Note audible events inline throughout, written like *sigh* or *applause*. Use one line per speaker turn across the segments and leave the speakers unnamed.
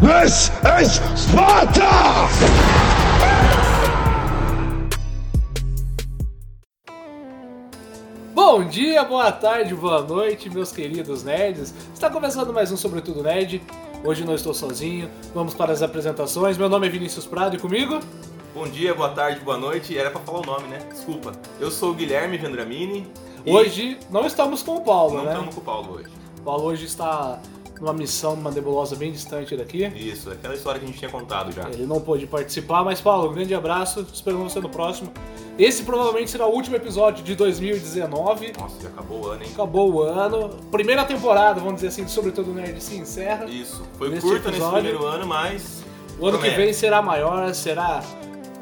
This is Sparta!
Bom dia, boa tarde, boa noite, meus queridos nerds. Está começando mais um Sobretudo Nerd. Hoje não estou sozinho, vamos para as apresentações. Meu nome é Vinícius Prado e comigo.
Bom dia, boa tarde, boa noite. Era pra falar o nome, né? Desculpa. Eu sou o Guilherme Vendramini. e
Hoje não estamos com o Paulo,
não
né?
estamos com o Paulo hoje.
O Paulo hoje está numa missão, numa nebulosa bem distante daqui.
Isso, aquela história que a gente tinha contado já.
Ele não pôde participar, mas Paulo, um grande abraço, esperamos você no próximo. Esse provavelmente será o último episódio de 2019.
Nossa, já acabou o ano, hein?
Acabou o ano, primeira temporada, vamos dizer assim, de Sobretudo Nerd se encerra.
Isso. Foi
Neste
curta nesse
episódio-
primeiro ano, mas.
O ano que
promete.
vem será maior, será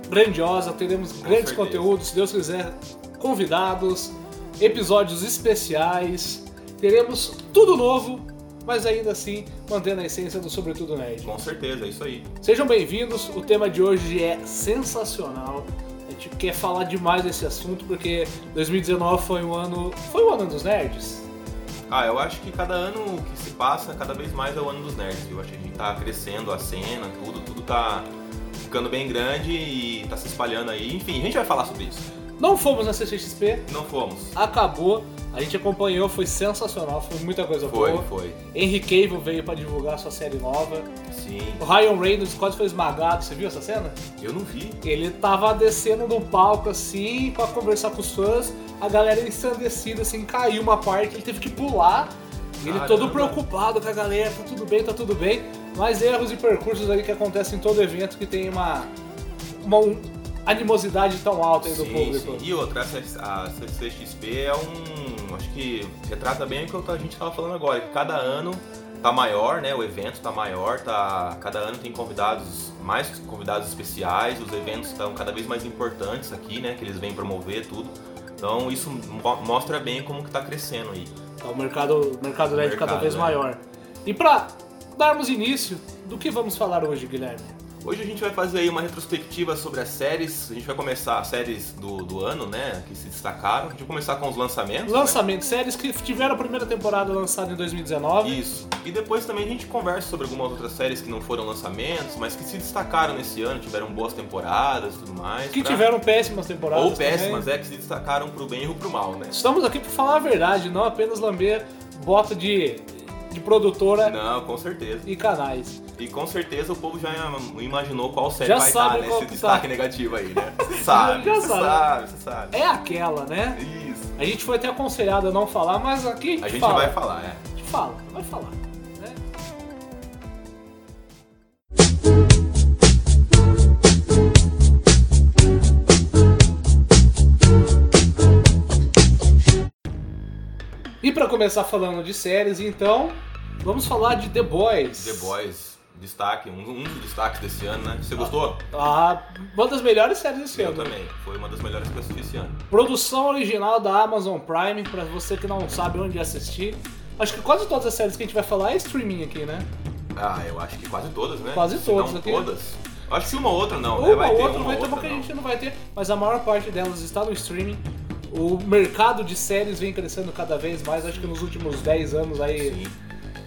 grandiosa, teremos grandes
certeza.
conteúdos, se Deus quiser, convidados, episódios especiais, teremos tudo novo, mas ainda assim mantendo a essência do Sobretudo Nerd.
Com certeza, é isso aí.
Sejam bem-vindos, o tema de hoje é sensacional. A gente quer falar demais desse assunto porque 2019 foi um ano. Foi o ano dos nerds?
Ah, eu acho que cada ano que se passa, cada vez mais é o ano dos nerds. Eu acho que a gente tá crescendo a cena, tudo, tudo tá ficando bem grande e tá se espalhando aí. Enfim, a gente vai falar sobre isso.
Não fomos na CCXP,
Não
Ah,
fomos.
acabou, a gente acompanhou, foi sensacional, foi muita coisa
Foi,
boa.
foi.
Henry Cavill veio pra divulgar sua série nova.
Sim.
O Ryan Reynolds quase foi esmagado, você viu essa cena?
Eu não vi.
Ele tava descendo do palco assim pra conversar com os fãs, a galera ensandecida assim, caiu uma parte, ele teve que pular. Ele
Caramba.
todo preocupado com a galera, tá tudo bem, tá tudo bem. Mas erros e percursos aí que acontecem em todo evento que tem uma, uma um, animosidade tão alta aí do público.
E outra, a C- a CCXP é um. Acho que retrata bem o que eu- a gente estava falando agora, que cada ano tá maior, né? O evento tá maior, tá. Cada ano tem convidados, mais convidados especiais, os eventos estão cada vez mais importantes aqui, né? Que eles vêm promover tudo. Então isso mo- mostra bem como que tá crescendo aí.
Tá o mercado, o mercado LED cada
Mercado,
vez
é.
maior. E pra darmos início, do que vamos falar hoje, Guilherme?
Hoje a gente vai fazer aí uma retrospectiva sobre as séries. A gente vai começar as séries do, do ano, né? Que se destacaram. A gente vai começar com os lançamentos. né?
Lançamentos, séries que tiveram a primeira temporada lançada em 2019.
Isso. E depois também a gente conversa sobre algumas outras séries que não foram lançamentos, mas que se destacaram nesse ano, tiveram boas temporadas e tudo mais.
Que
pra-
tiveram péssimas temporadas.
tá. Ou péssimas,
também.
é, que se destacaram pro bem ou pro mal, né?
Estamos aqui para falar a verdade, não apenas lamber bota de, de produtora
Não, com certeza.
e canais.
E com certeza o povo já imaginou qual série
Já
vai
sabe qual
estar nesse
que tá.
destaque negativo aí, né? Você sabe,
Já
você
sabe.
sabe, você sabe.
É aquela, né?
Isso.
A gente foi até aconselhado a não falar, mas aqui a gente,
A gente
fala.
vai falar, é.
A gente fala, vai falar. né? E para começar falando de séries, então, vamos falar de The Boys.
The Boys, destaque, um, um dos destaques desse ano, né? Você gostou?
Ah, uma das melhores séries desse
Eu
ano.
também. Foi uma das melhores que eu assisti esse ano.
Produção original da Amazon Prime, pra você que não sabe onde assistir. Acho que quase todas as séries que a gente vai falar é streaming aqui, né?
Ah, eu acho que quase todas, né?
Quase
Se
todas
não
aqui.
todas. Eu Acho que uma ou outra não, né?
Uma
Vai ter
outra,
uma
vai ter
outra,
uma que a
não.
gente não vai ter, mas a maior parte delas está no streaming. O mercado de séries vem crescendo cada vez mais, acho que nos últimos 10 anos aí
Sim.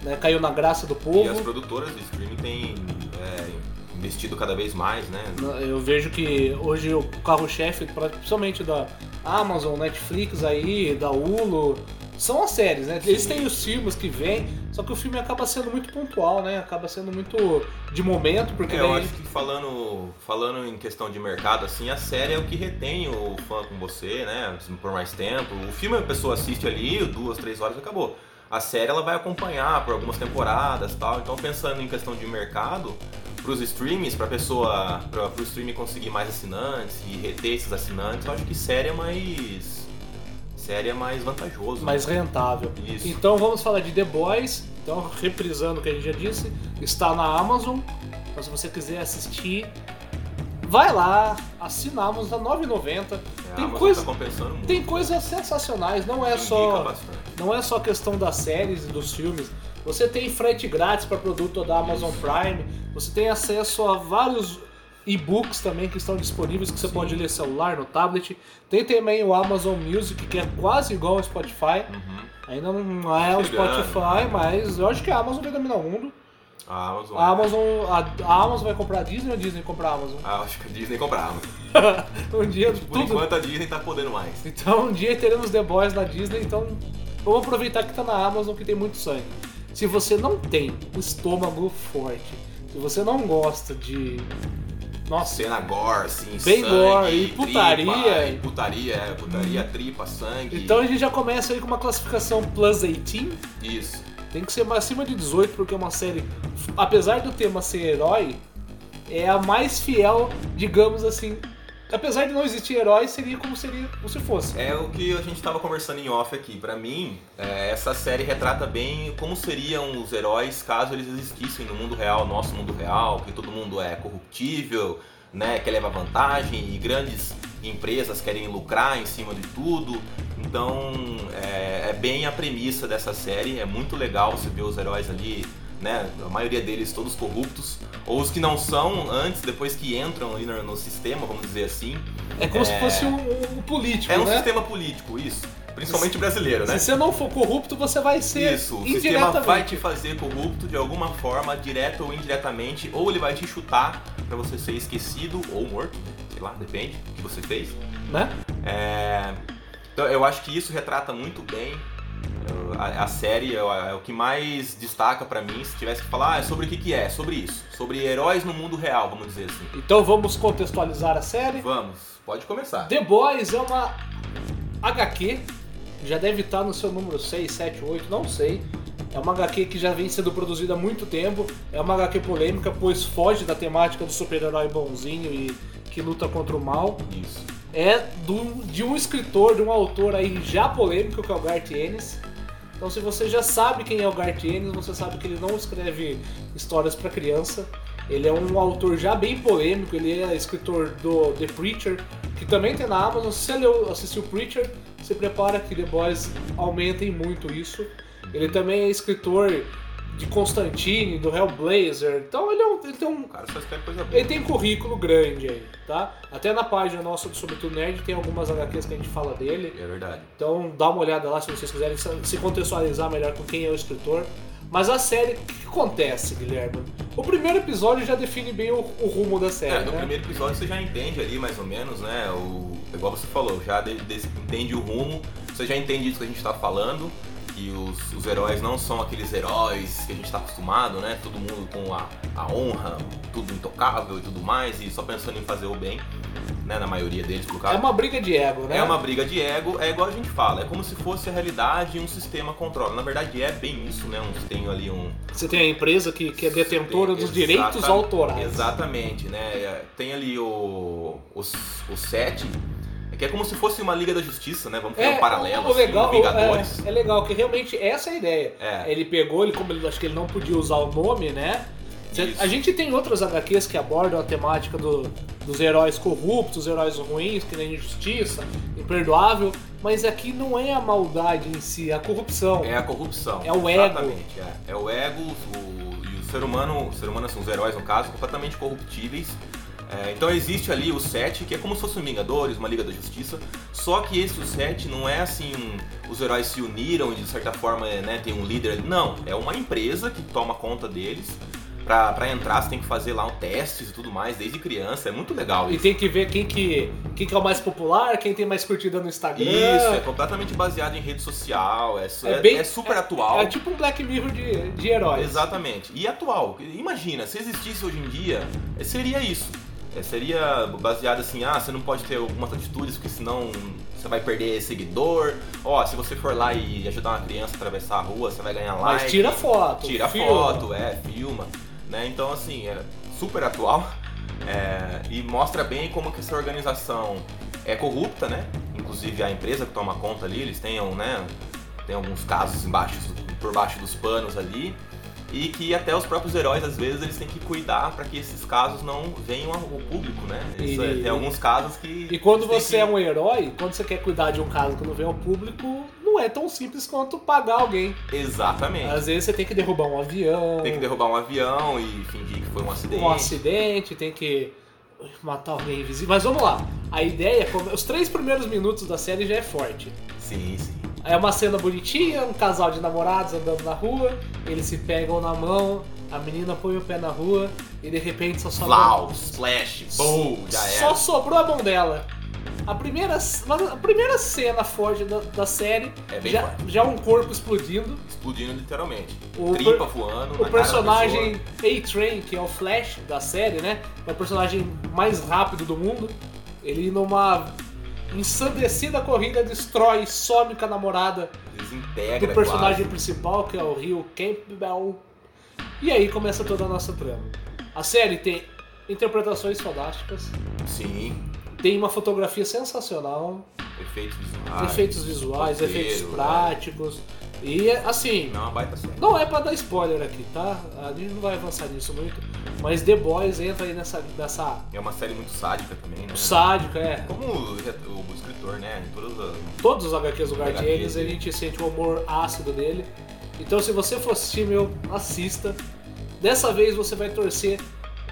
né, caiu na graça do
E as
povo.
produtoras de streaming têm é, investido cada vez mais, né?
Eu vejo que hoje o carro-chefe, principalmente da Amazon, Netflix aí, da Hulu, são as séries, né? Eles têm os filmes que vêm, só que o filme acaba sendo muito pontual, né? Acaba sendo muito de momento, porque
É, eu
daí
acho que falando, falando em questão de mercado, assim, a série é o que retém o fã com você, né? Por mais tempo. O filme a pessoa assiste ali, duas, três horas e acabou. A série ela vai acompanhar por algumas temporadas e tal. Então pensando em questão de mercado, pros streams, pra pessoa. Pra, pro streaming conseguir mais assinantes e reter esses assinantes, eu acho que série é mais. Série é mais vantajoso. né?
mais rentável.
Isso.
Então vamos falar de The Boys. Então, reprisando o que a gente já disse, está na Amazon. Então, se você quiser assistir, vai lá, assinamos a 9,90.
É, a
Tem,
Amazon
coisa,
tá compensando muito.
tem coisas sensacionais, não é
Indica
só
bastante.
não é só questão das séries e dos filmes. Você tem frete grátis para produto da Amazon Prime, você tem acesso a vários e-books também que estão disponíveis que você pode ler celular, no tablet. Tem também o Amazon Music, que é quase igual ao Spotify.
Uhum.
Ainda não é o
Chegando.
Spotify, mas eu acho que a Amazon vai dominar o mundo.
A Amazon.
A Amazon, a, a Amazon vai comprar a Disney ou a Disney compra a
*laughs*
Amazon?
Ah, acho que a Disney comprava.
um dia
Por
tudo.
enquanto a Disney tá podendo mais.
Então um dia teremos The Boys na Disney, então vamos aproveitar que tá na Amazon que tem muito sangue. Se você não tem um estômago forte, se você não gosta de. Nossa,
Cena gore, assim,
Bem
sangue,
gore, e
tripa,
putaria.
e putaria, é, putaria, tripa, sangue.
então a gente já começa aí com uma classificação plus 18.
Isso.
Tem que ser acima de 18, porque é uma série, apesar do tema ser herói, é a mais fiel, digamos assim. Apesar de não existir herói, seria como seria como se fosse.
É o que a gente tava conversando em off aqui. Pra mim, é, essa série retrata bem como seriam os heróis caso eles existissem no mundo real, nosso mundo real, que todo mundo é corruptível, né, quer levar vantagem e grandes empresas querem lucrar em cima de tudo. Então, é, é bem a premissa dessa série. É muito legal você ver os heróis ali, né, a maioria deles todos corruptos, ou os que não são antes, depois que entram ali no, no sistema, vamos dizer assim.
É como se fosse um, um político,
É um
né?
sistema político, isso. Principalmente brasileiro, né?
Se você não for corrupto, você vai ser
Isso, o sistema
indiretamente.
vai te fazer corrupto de alguma forma, direta ou indiretamente, ou ele vai te chutar pra você ser esquecido ou morto, sei lá, depende do que você fez.
Né?
É, Então eu acho que isso retrata muito bem eu- a, a série, eu- é o que mais destaca pra mim, se tivesse que falar, ah, é sobre o que que é, sobre isso, sobre heróis no mundo real, vamos dizer assim.
Então vamos contextualizar a série.
Vamos, pode começar.
The Boys é uma HQ, já deve estar no seu número 6, 7, 8, não sei. É uma HQ que já vem sendo produzida há muito tempo, é uma HQ polêmica, pois foge da temática do super-herói bonzinho e que luta contra o mal.
Isso.
É do- de um escritor, de um autor aí já polêmico, que é o Garth Ennis. Então se você já sabe quem é o Garth Ennis, você sabe que ele não escreve histórias para criança. Ele é um autor já bem polêmico, ele é escritor do The Preacher, que também tem na Amazon. Se você leu, assistiu Preacher, se prepara que The Boys aumentem muito isso. Ele também é escritor de Constantine, do Hellblazer. Então ele, é um- ele tem um
O cara só escreve coisa boa.
ele tem currículo grande aí, tá? Até na página nossa do Sobretudo Nerd tem algumas HQs que a gente fala dele.
É verdade.
Então dá uma olhada lá se vocês quiserem se- se contextualizar melhor com quem é o escritor. Mas a série, o que que acontece, Guilherme? O primeiro episódio já define bem o, o rumo da
É,
série,
no
né?
primeiro episódio você já entende ali mais ou menos, né? O, igual você falou, já de- de- entende o rumo, você já entende isso que a gente tá falando, que os, os heróis não são aqueles heróis que a gente tá acostumado, né? Todo mundo com a, a honra, tudo intocável e tudo mais, e só pensando em fazer o bem, né? Na maioria deles, por
É
causa.
uma briga de ego, né?
É uma briga de ego, é igual a gente fala, é como se fosse a realidade e um sistema controla. Na verdade é bem isso, né? Um, tem ali um,
Você tem a empresa que, que é detentora dos
Exata-
direitos autorais.
Exatamente, né? Tem ali o, o, o 7, que é como se fosse uma Liga da Justiça, né? Vamos fazer um paralelo,
É, o
assim,
legal,
um Vingadores.
É, é legal, que realmente essa é a ideia.
É.
Ele pegou, ele, como ele, acho que ele não podia usar o nome, né? Cê-
Isso.
A gente tem outras HQs que abordam a temática do- dos heróis corruptos, heróis ruins, que nem injustiça, imperdoável, mas aqui não é a maldade em si, é a corrupção.
É a corrupção.
É o ego.
Exatamente, é. É o ego o- e o ser humano, o ser humano assim, os heróis no caso, completamente corruptíveis. É, então existe ali o 7, que é como se fosse um Vingadores, uma Liga da Justiça, só que esse o 7 não é assim, um- os heróis se uniram e de certa forma né, tem um líder. ali. Não, é uma empresa que toma conta deles. Pra, pra entrar você tem que fazer lá um testes e tudo mais, desde criança, é muito legal
E
isso.
tem que ver quem que, quem que é o mais popular, quem tem mais curtida no Instagram.
Isso, é completamente baseado em rede social, é, su-
É bem-
é super
é-
atual.
É tipo um Black Mirror de, de heróis.
Exatamente. E atual. Imagina, se existisse hoje em dia, eh, seria isso. Eh, Seria baseado assim, ah, você não pode ter algumas atitudes, porque senão você vai perder seguidor. Ó, se você for lá e ajudar uma criança a atravessar a rua, você vai ganhar like.
Mas tira foto.
Tira
filma.
foto, é, filma. Né? Então, assim, é super atual. é, e mostra bem como que essa organização é corrupta, né? Inclusive a empresa que toma conta ali, eles tenham, né? Tem alguns casos embaixo, por baixo dos panos ali. E que até os próprios heróis, às vezes, eles têm que cuidar para que esses casos não venham ao público, né? Isso é-
E-
tem alguns casos que.
E quando
eles têm
você
que-
é um herói, quando você quer cuidar de um caso que não vem ao público, não é tão simples quanto pagar alguém.
Exatamente.
Às vezes você tem que derrubar um avião,
Tem que derrubar um avião e fingir que foi um acidente.
um acidente, tem que matar alguém invisível. Mas vamos lá. A ideia, é como- os três primeiros minutos da série já é forte.
Sim, sim.
É uma cena bonitinha, um casal de namorados andando na rua, eles se pegam na mão, a menina põe o pé na rua e de repente só sobra.
Flau, splash, boom, já
Só
era.
sobrou a mão dela. A primeira, a primeira cena forte da, da série
É bem
já,
forte.
já um corpo explodindo.
Explodindo literalmente.
O
Tripa
per-
voando. na cara
O
da
personagem
pessoa.
A-Train, que é o Flash da série, né? É o personagem mais rápido do mundo. Ele, numa ensandecida corrida, destrói e some com a namorada
Desintegra.
do personagem principal, que é o Rio Campbell. E aí começa toda a nossa trama. A série tem interpretações fantásticas,
quase. Sim.
tem uma fotografia sensacional,
Efeitos visuais.
efeitos visuais,
roteiro,
efeitos
né?
práticos. E assim,
Não, é uma baita série.
não é pra dar spoiler aqui, tá? A gente não vai avançar nisso muito. Mas The Boys entra aí nessa, nessa
É uma série muito sádica também, né?
sádica, é.
Como o, re- o escritor, né? Em todas as...
Todos os HQs do Guardians,
HQs,
a gente sente o humor ácido dele. Então se você for assistir, meu, assista. Dessa vez você vai torcer,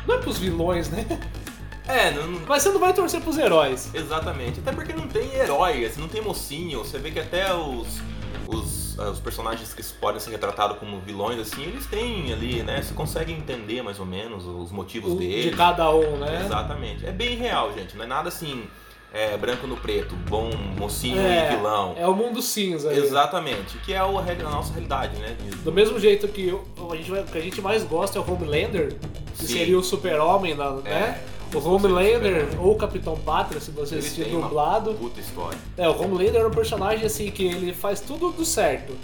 não é pros vilões, né? *laughs*
É, não, não-
Mas você não vai torcer pros heróis.
Exatamente. Até porque não tem herói, assim, não tem mocinho. Você vê que até os, os, ah, os personagens que podem ser retratados como vilões, assim, eles têm ali, né? Você consegue entender mais ou menos os motivos
O-
deles.
De cada um, né?
Exatamente. É bem real, gente. Não é nada assim, é, branco no preto, bom mocinho
É,
e vilão.
É o mundo cinza. ali.
Exatamente. Que é o, re- a nossa realidade, né?
Do mesmo jeito que eu- a gente, vai- o que a gente mais gosta é o Homelander, que
Sim. É.
seria o super-homem, da- né? O Homelander ou o Capitão Pátria, se você
Ele
assistir
tem uma
dublado.
Puta história.
É, o Homelander é um personagem assim que ele faz tudo do certo.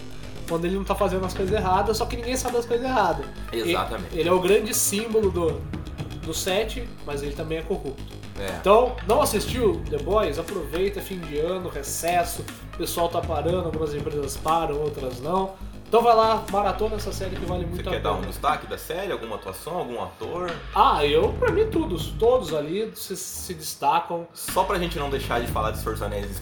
Quando ele não tá fazendo as coisas erradas, só que ninguém sabe as coisas erradas.
Exatamente.
E- ele é o grande símbolo do, do set, mas ele também é corrupto.
É.
Então, não assistiu The Boys? Aproveita, é fim de ano, recesso, o pessoal tá parando, algumas empresas param, outras não. Então vai lá, maratona essa série que vale
Você
muito a
quer
pena.
dar um destaque da série? Alguma atuação? Algum ator?
Ah, eu, pra mim, todos, todos ali se, se destacam.
Só pra gente não deixar de falar de Senhor Anéis nesse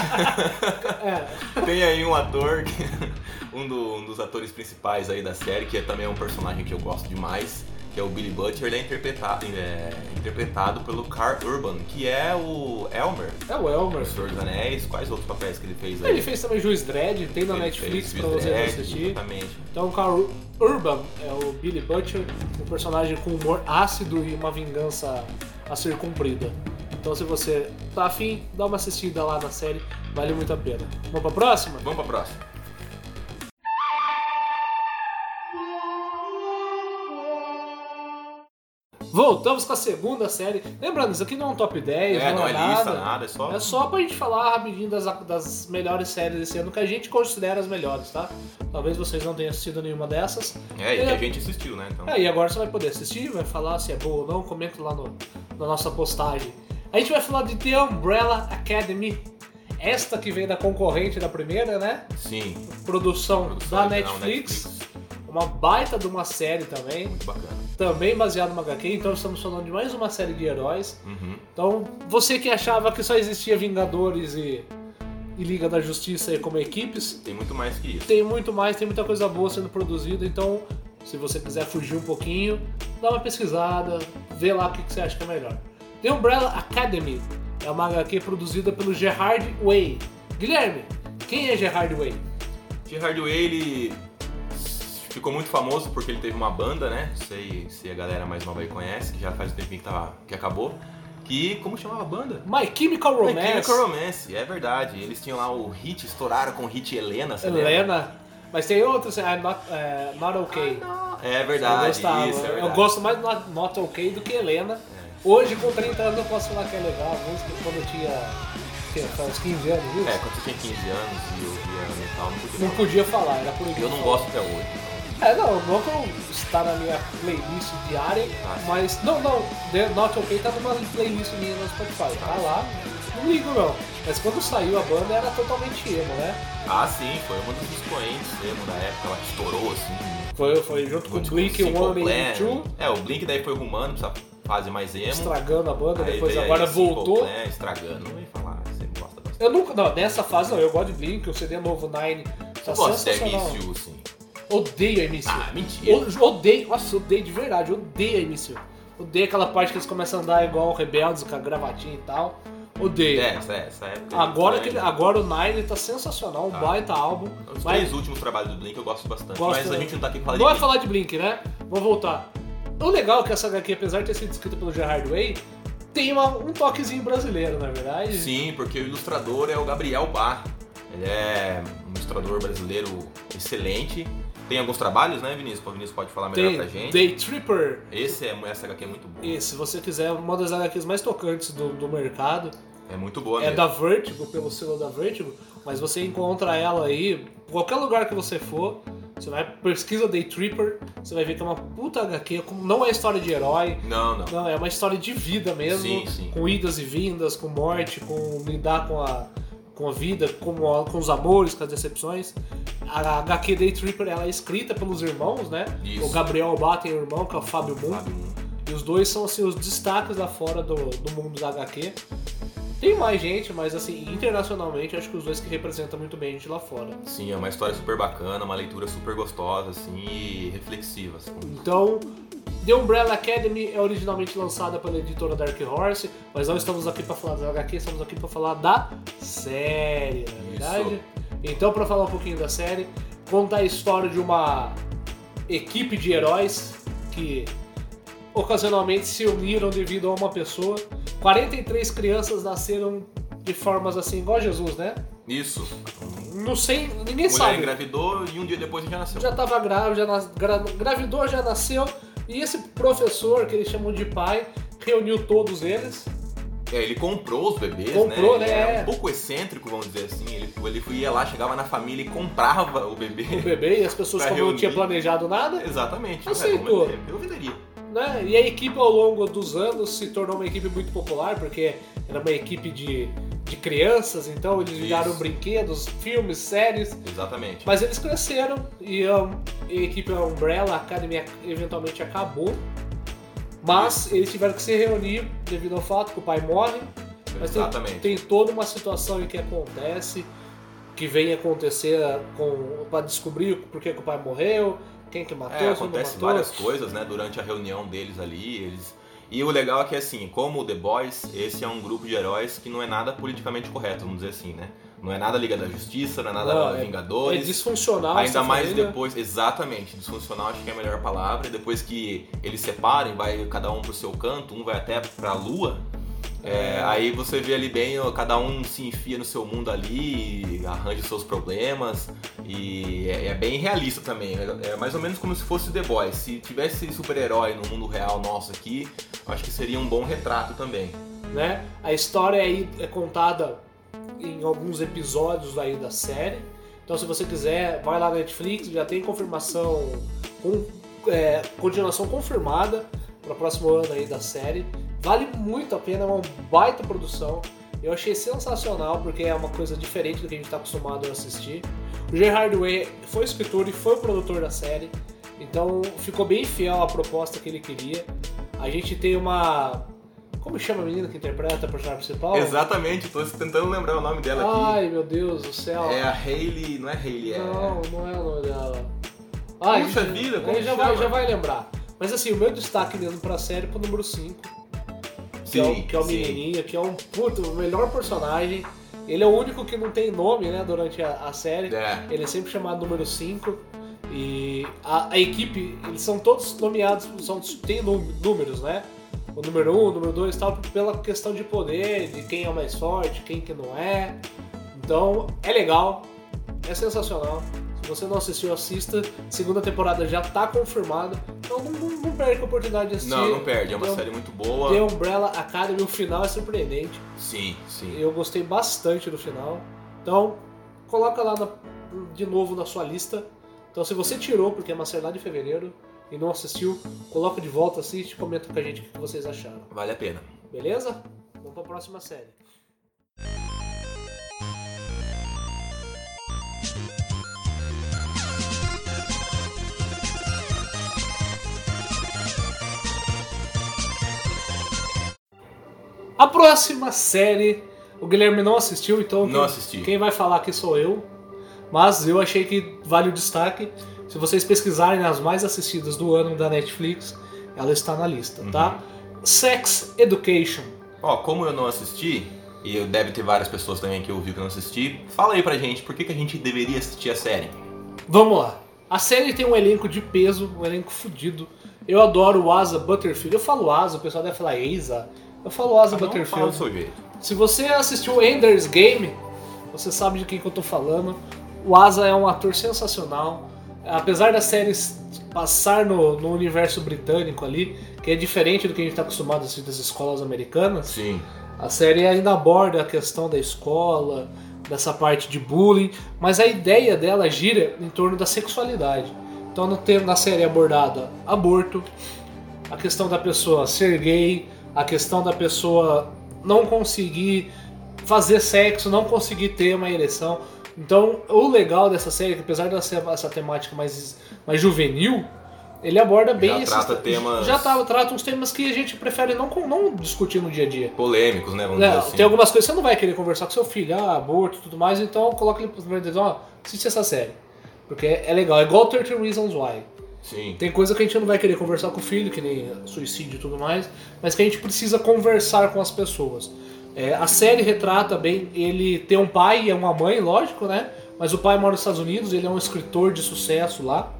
*laughs*
*laughs*
É,
tem aí um ator, que- *laughs* um, do- um dos atores principais aí da série, que é também um personagem que eu gosto demais, que é o Billy Butcher, ele é interpretado, é, interpretado pelo Carl Urban, que é o Elmer,
é o
do
Elmer.
Senhor dos Anéis, quais outros papéis que ele fez aí?
Ele fez também Juiz Dredd, tem na
Ele
Netflix
fez
pra você
Dredd,
assistir.
Exatamente.
Então, o Carl Urban é o Billy Butcher, um personagem com humor ácido e uma vingança a ser cumprida. Então, se você tá afim, dá uma assistida lá na série, vale muito a pena. Vamos pra próxima?
Vamos pra próxima.
Voltamos com a segunda série. Lembrando, isso aqui não é um top 10,
É,
não,
não é
nada.
lista, nada, é só...
É só pra gente falar rapidinho das, das melhores séries desse ano, que a gente considera as melhores, tá? Talvez vocês não tenham assistido nenhuma dessas.
É, e que a gente assistiu, né? Então,
É, e agora você vai poder assistir, vai falar se é boa ou não, comenta lá no, na nossa postagem. A gente vai falar de The Umbrella Academy, esta que veio da concorrente da primeira, né?
sim.
Produção,
produção então,
da
original,
Netflix, uma baita de uma série também,
Muito bacana.
também baseada numa HQ, então estamos falando de mais uma série de heróis.
Uhum.
Então, você que achava que só existia Vingadores e, e Liga da Justiça aí como equipes,
Tem muito mais que isso.
tem muito mais, tem muita coisa boa sendo produzida, então se você quiser fugir um pouquinho, dá uma pesquisada, vê lá o que que você acha que é melhor. The Umbrella Academy é uma HQ produzida pelo Gerard Way. Guilherme, quem é Gerard Way?
Gerard Way, ele ficou muito famoso porque ele teve uma banda, né? Não sei se a galera mais nova aí conhece, que já faz um tempinho que, tava, que acabou. Que, como chamava a banda?
My Chemical
My
Romance.
Chemical Romance, é verdade. Eles tinham lá o hit, estouraram com o hit Helena, você lembra?
Helena. Mas tem outros, I'm not, eh, not Okay.
É
eu
verdade,
gostava.
isso, é verdade.
eu gosto mais do Not, Not Ok do que Helena. Hoje, com 30 anos, eu posso falar que é legal a música quando eu tinha, tinha faz uns 15 anos, viu?
É, quando você tinha 15 anos e ouvia metal, não podia
Não
falar.
podia falar, era proibido.
Eu não
falar.
gosto até hoje.
É, não, não que eu está na minha playlist diária,
Ah, sim.
mas. Não, não, The Not Ok tá numa playlist minha no Spotify.
Ah,
Tá lá, não ligo não. Mas quando saiu a banda era totalmente emo, né?
Ah, sim, foi uma dos expoentes emo da época, ela estourou assim.
Foi, foi junto com o Blink,
Simple
One
Plan.
and Two,
É, o Blink daí foi rumando pra essa fase mais emo.
estragando a banda,
Aí
depois
veio
agora
aí Simple
voltou.
Plan, estragando. Não vem falar, você gosta bastante.
Eu nunca. Não, nessa fase não, eu gosto de Blink, o CD novo Nine. Tá
Eu gosto de
sensacional.
MCU, sim.
Odeio a MCU.
Ah, mentira.
O- Odeio, nossa, odeio de verdade, odeio a MCU. Odeio aquela parte que eles começam a andar igual rebeldes com a gravatinha e tal. Odeio.
É, essa, essa época.
Agora,
né?
que ele- agora o Nine tá sensacional, um
Tá.
baita álbum.
Os
Vai-
três últimos trabalhos do Blink eu gosto bastante.
Gosto
mas a
também.
gente não tá aqui pra falar
Não vai
de
falar de Blink, né? Vou voltar. O legal é que essa HQ, apesar de ter sido escrita pelo Gerard Way, tem uma- um toquezinho brasileiro, na verdade.
Sim, porque o ilustrador é o Gabriel Bar. Ele é um ilustrador brasileiro excelente. Tem alguns trabalhos, né, Vinícius? O Vinícius pode falar melhor
Tem
pra gente.
Day Tripper.
Esse é, essa HQ é muito boa.
E se você quiser, uma das HQs mais tocantes do, do mercado.
É muito boa
É
mesmo.
da Vertigo, pelo selo da Vertigo, mas você encontra ela aí, qualquer lugar que você for, você vai, pesquisa Day Tripper, você vai ver que é uma puta HQ, como- não é história de herói,
Não, não.
não, é uma história de vida mesmo,
Sim, sim.
com idas e vindas, com morte, com lidar com a, com a vida, com, a- com os amores, com as decepções. A HQ Day Tripper ela é escrita pelos irmãos, né?
Isso.
O Gabriel Batem, o irmão, que é o Fábio Moon.
Sabe?
E os dois são assim, os destaques lá fora do, do mundo da HQ. Tem mais gente, mas assim, internacionalmente, acho que os dois que representam muito bem a gente lá fora.
Sim, é uma história super bacana, uma leitura super gostosa, assim, e reflexiva. assim.
Então, The Umbrella Academy é originalmente lançada pela editora Dark Horse, mas não estamos aqui para falar da HQ, estamos aqui para falar da série, na verdade. Então, para falar um pouquinho da série, conta a história de uma equipe de heróis que ocasionalmente se uniram devido a uma pessoa. 43 crianças nasceram de formas assim, igual a Jesus, né?
Isso.
Não sei, ninguém
Mulher
sabe. né?
engravidou e um dia depois já nasceu.
Já tava grávida, já nas... gra- engravidou, já nasceu. E esse professor, que eles chamam de pai, reuniu todos eles.
É, ele comprou os bebês,
Comprou,
né?
né?
Ele era um pouco excêntrico, vamos dizer assim. Ele, ele ia lá, chegava na família e comprava o bebê. *laughs*
O bebê e as pessoas
Pra
como não
reunir.
tinha planejado nada,
Exatamente.
Aceitou.
É, Eu venderia.
né? E a equipe ao longo dos anos se tornou uma equipe muito popular, porque era uma equipe de, de crianças, então eles
Isso.
viraram brinquedos, filmes, séries.
Exatamente.
Mas eles cresceram e um, a equipe Umbrella Academy eventualmente acabou. Mas eles tiveram que se reunir devido ao fato que o pai morre. Mas tem-
Exatamente.
Tem, toda uma situação em que acontece, que vem acontecer ah, com para descobrir por que, que o pai morreu, quem que matou,
É,
quem não
acontece
matou.
várias coisas, né, durante a reunião deles ali, eles... E o legal é que, assim, como o The Boys, esse é um grupo de heróis que não é nada politicamente correto, vamos dizer assim, né? Não é nada Liga da Justiça, não é nada
Não, é- É
Vingadores.
disfuncional.
Ainda
essa
mais
família.
depois, exatamente, disfuncional acho que é a melhor palavra. Depois que eles separem, vai cada um pro seu canto, um vai até pra lua. é, aí você vê ali bem, ó, cada um se enfia no seu mundo ali, e arranja os seus problemas. E é, é bem realista também. É, é mais ou menos como se fosse The Boys. Se tivesse super-herói no mundo real nosso aqui, acho que seria um bom retrato também.
né? A história aí é contada em alguns episódios aí da série. Então se você quiser, vai lá na Netflix, já tem confirmação, com, é, continuação confirmada para o próximo ano aí da série. Vale muito a pena, é uma baita produção. Eu achei sensacional porque é uma coisa diferente do que a gente está acostumado a assistir. O Gerard Way foi escritor e foi o produtor da série, então ficou bem fiel à proposta que ele queria. A gente tem uma. Como chama a menina que interpreta a personagem principal?
Exatamente, tô tentando lembrar o nome dela aqui.
Ai meu Deus do céu.
É a Hayley, não é Hayley, é.
Não, não é o nome dela.
Puxa
gente,
vida, como
aí já
chama?
vai, já vai lembrar. Mas assim, o meu destaque mesmo pra série é pro número 5, que é o, que é o menininho, que é um puto, o melhor personagem. Ele é o único que não tem nome, né, durante a, a série.
É,
Ele é sempre chamado número 5. E a, a equipe, eles são todos nomeados, são, tem nú- números, né? O número 1, um, o número 2 e tal, pela questão de poder, de quem é o mais forte, quem que não é. Então, é legal, é sensacional. Se você não assistiu, assista. Segunda temporada já tá confirmada. Então não, não- não perde a oportunidade de assistir.
Não, não perde. É uma
Então,
série muito
The
boa.
Umbrella Academy, o final é surpreendente.
Sim, sim.
Eu gostei bastante do final. Então, coloca lá na- de novo na sua lista. Então, se você tirou, porque é uma série lá de fevereiro, e não assistiu, coloca de volta, assiste e comenta com a gente o que vocês acharam.
Vale a pena.
Beleza? Vamos pra próxima série. A próxima série, o Guilherme não assistiu, então
Não
quem-
assisti.
quem vai falar aqui sou eu. Mas eu achei que vale o destaque. Se vocês pesquisarem nas mais assistidas do ano da Netflix, Uhum. ela está na lista, tá? Sex Education.
Ó, como eu não assisti, e deve ter várias pessoas também que ouviu que não assisti. Fala aí pra gente, por que, que a gente deveria assistir a série?
Vamos lá. A série tem um elenco de peso, um elenco fudido. Eu adoro o Asa Butterfield. Eu falo Asa, o pessoal deve falar Eisa. Eu falo Asa
Não um fala do
Butterfield.
seu jeito.
Se você assistiu Ender's Game, você sabe de quem que eu tô falando. O Asa é um ator sensacional. Apesar da série s- passar no, no universo britânico ali, que é diferente do que a gente tá acostumado a assistir das escolas americanas,
Sim.
a série ainda aborda a questão da escola, dessa parte de bullying, mas a ideia dela gira em torno da sexualidade. Então no tema da série é abordada aborto, a questão da pessoa ser gay, a questão da pessoa não conseguir fazer sexo, não conseguir ter uma ereção. Então, o legal dessa série é que apesar dela ser essa temática mais, mais juvenil, ele aborda bem esses
trata temas-
já tá- trata uns temas que a gente prefere não, con- não discutir no dia a dia.
Polêmicos, né? Vamos
Né,
dizer assim.
Tem algumas coisas que você não vai querer conversar com seu filho, ah, aborto e tudo mais, então coloca ele pra dizer, ó, assiste essa série. Porque é legal, é igual 30 Reasons Why.
Sim.
Tem coisa que a gente não vai querer conversar com o filho, que nem suicídio e tudo mais, mas que a gente precisa conversar com as pessoas. É, a série retrata bem ele ter um pai e uma mãe, lógico, né? Mas o pai mora nos Estados Unidos, ele é um escritor de sucesso lá.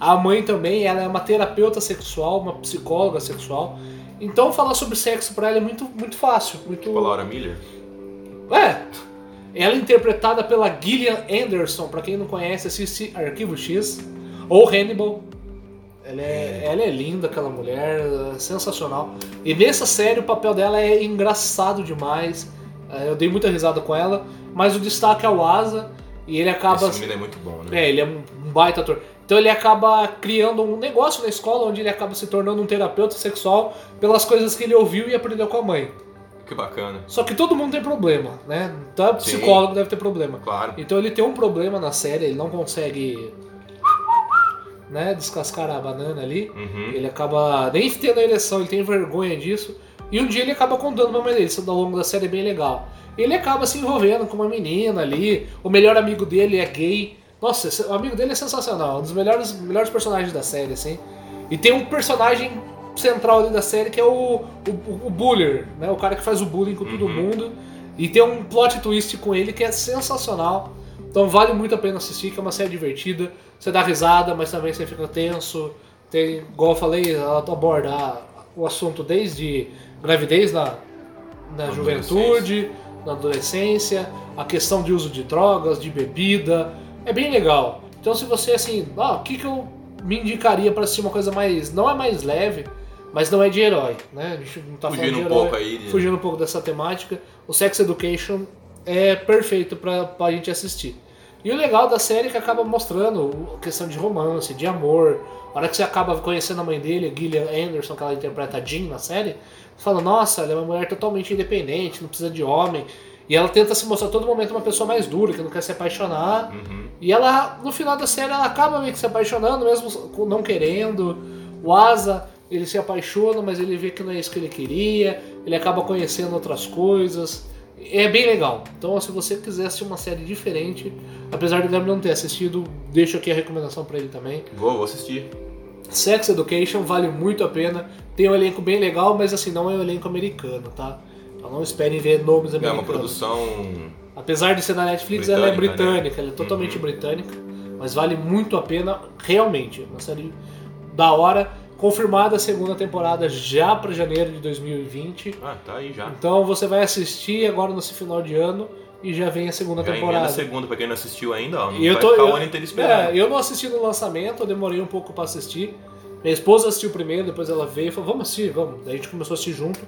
A mãe também, ela é uma terapeuta sexual, uma psicóloga sexual. Então falar sobre sexo pra ela é muito, muito fácil, muito
Tipo a Laura Miller.
é. Ela é interpretada pela Gillian Anderson. Pra quem não conhece, assiste Arquivo X ou Hannibal. Ela é, ela é linda, aquela mulher, é sensacional. E nessa série o papel dela é engraçado demais. É, Eu dei muita risada com ela, mas o destaque é o Asa e ele acaba.
Esse menino é muito bom, né?
É, ele é um um baita ator. Então ele acaba criando um negócio na escola onde ele acaba se tornando um terapeuta sexual pelas coisas que ele ouviu e aprendeu com a mãe.
Que bacana.
Só que todo mundo tem problema, né? Então, o
Sim.
psicólogo deve ter problema.
Claro.
Então ele tem um problema na série, ele não consegue né, descascar a banana ali.
Uhum.
Ele acaba nem tendo a ereção, ele tem vergonha disso. E um dia ele acaba contando pra mãe dele, isso ao longo da série é bem legal. Ele acaba se envolvendo com uma menina ali, o melhor amigo dele é gay. Nossa, esse- o amigo dele é sensacional, um dos melhores, melhores personagens da série, assim. E tem um personagem central ali da série que é o, o, o Buller, né? O cara que faz o bullying com todo
Uhum.
mundo. E tem um plot twist com ele que é sensacional. Então vale muito a pena assistir, que é uma série divertida. Você dá risada, mas também você fica tenso. Tem, igual eu falei, ela aborda o assunto desde gravidez na, na
Na
juventude, na adolescência, a questão de uso de drogas, de bebida. É bem legal. Então se você assim, ah, o que, que eu me indicaria para assistir uma coisa mais. não é mais leve, mas não é de herói, né? A gente não tá falando
Fugindo
de
um
herói,
pouco aí de-
Fugindo um pouco dessa temática. O Sex Education é perfeito pra, pra gente assistir. E o legal da série é que acaba mostrando a questão de romance, de amor. A hora que você acaba conhecendo a mãe dele, a Gillian Anderson, que ela interpreta a Jean na série, você fala, nossa, ela é uma mulher totalmente independente, não precisa de homem. E ela tenta se mostrar a todo momento uma pessoa mais dura, que não quer se apaixonar.
Uhum.
E ela, no final da série, ela acaba meio que se apaixonando, mesmo com- não querendo. O Asa, ele se apaixona, mas ele vê que não é isso que ele queria. Ele acaba conhecendo outras coisas. É bem legal. Então, se você quiser assistir uma série diferente, apesar do Gabriel não ter assistido, deixo aqui a recomendação pra ele também.
Vou, vou assistir.
Sex Education vale muito a pena. Tem um elenco bem legal, mas assim, não é um elenco americano, tá? Então não esperem ver nomes
É uma
americanos.
produção.
Apesar de ser da Netflix, ela é
Britânica, né?
britânica, ela é totalmente britânica, mas vale muito a pena, realmente. é Uma série da hora, confirmada a segunda temporada já para janeiro de 2020.
Ah, tá aí já.
Então você vai assistir agora nesse final de ano e já vem a segunda
Já emenda a
temporada.
segunda, pra quem não assistiu ainda, ó. Não
E eu
vai
tô-
ficar
eu-
o ano inteiro
É,
esperando.
eu não assisti no lançamento, eu demorei um pouco pra assistir. Minha esposa assistiu primeiro, depois ela veio e falou: vamos assistir, vamos. Daí a gente começou a assistir junto.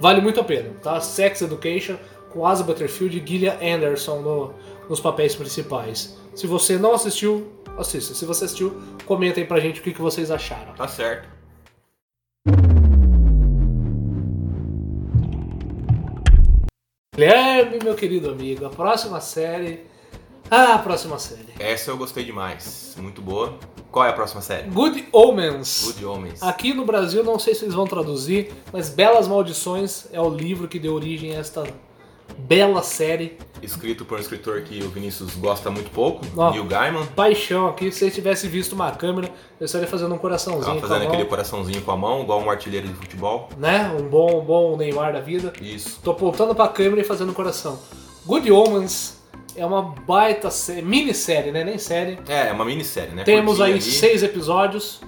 Vale muito a pena, tá? Sex Education com Asa Butterfield e Gillian Anderson no- nos papéis principais. Se você não assistiu, assista. Se você assistiu, comenta aí pra gente o que, que vocês acharam.
Tá certo.
Guilherme, meu querido amigo, a próxima série. Ah, a próxima série.
Essa eu gostei demais. Muito boa. Qual é a próxima série?
Good Omens.
Good Homens.
Aqui no Brasil, não sei se eles vão traduzir, mas Belas Maldições é o livro que deu origem a esta Bela série.
Escrito por um escritor que o Vinícius gosta muito pouco,
Ó.
Neil Gaiman.
Paixão aqui, se você tivesse visto uma câmera, eu estaria fazendo um coraçãozinho
Tava
com a
fazendo
mão,
aquele coraçãozinho com a mão, igual um artilheiro de futebol.
né? Um bom, bom Neymar da vida.
Isso.
Tô apontando pra câmera e fazendo um coração. Good Omens é uma baita série, minissérie, né? Nem série.
É, é uma minissérie, né?
Temos
Curtinha
aí
ali.
seis episódios,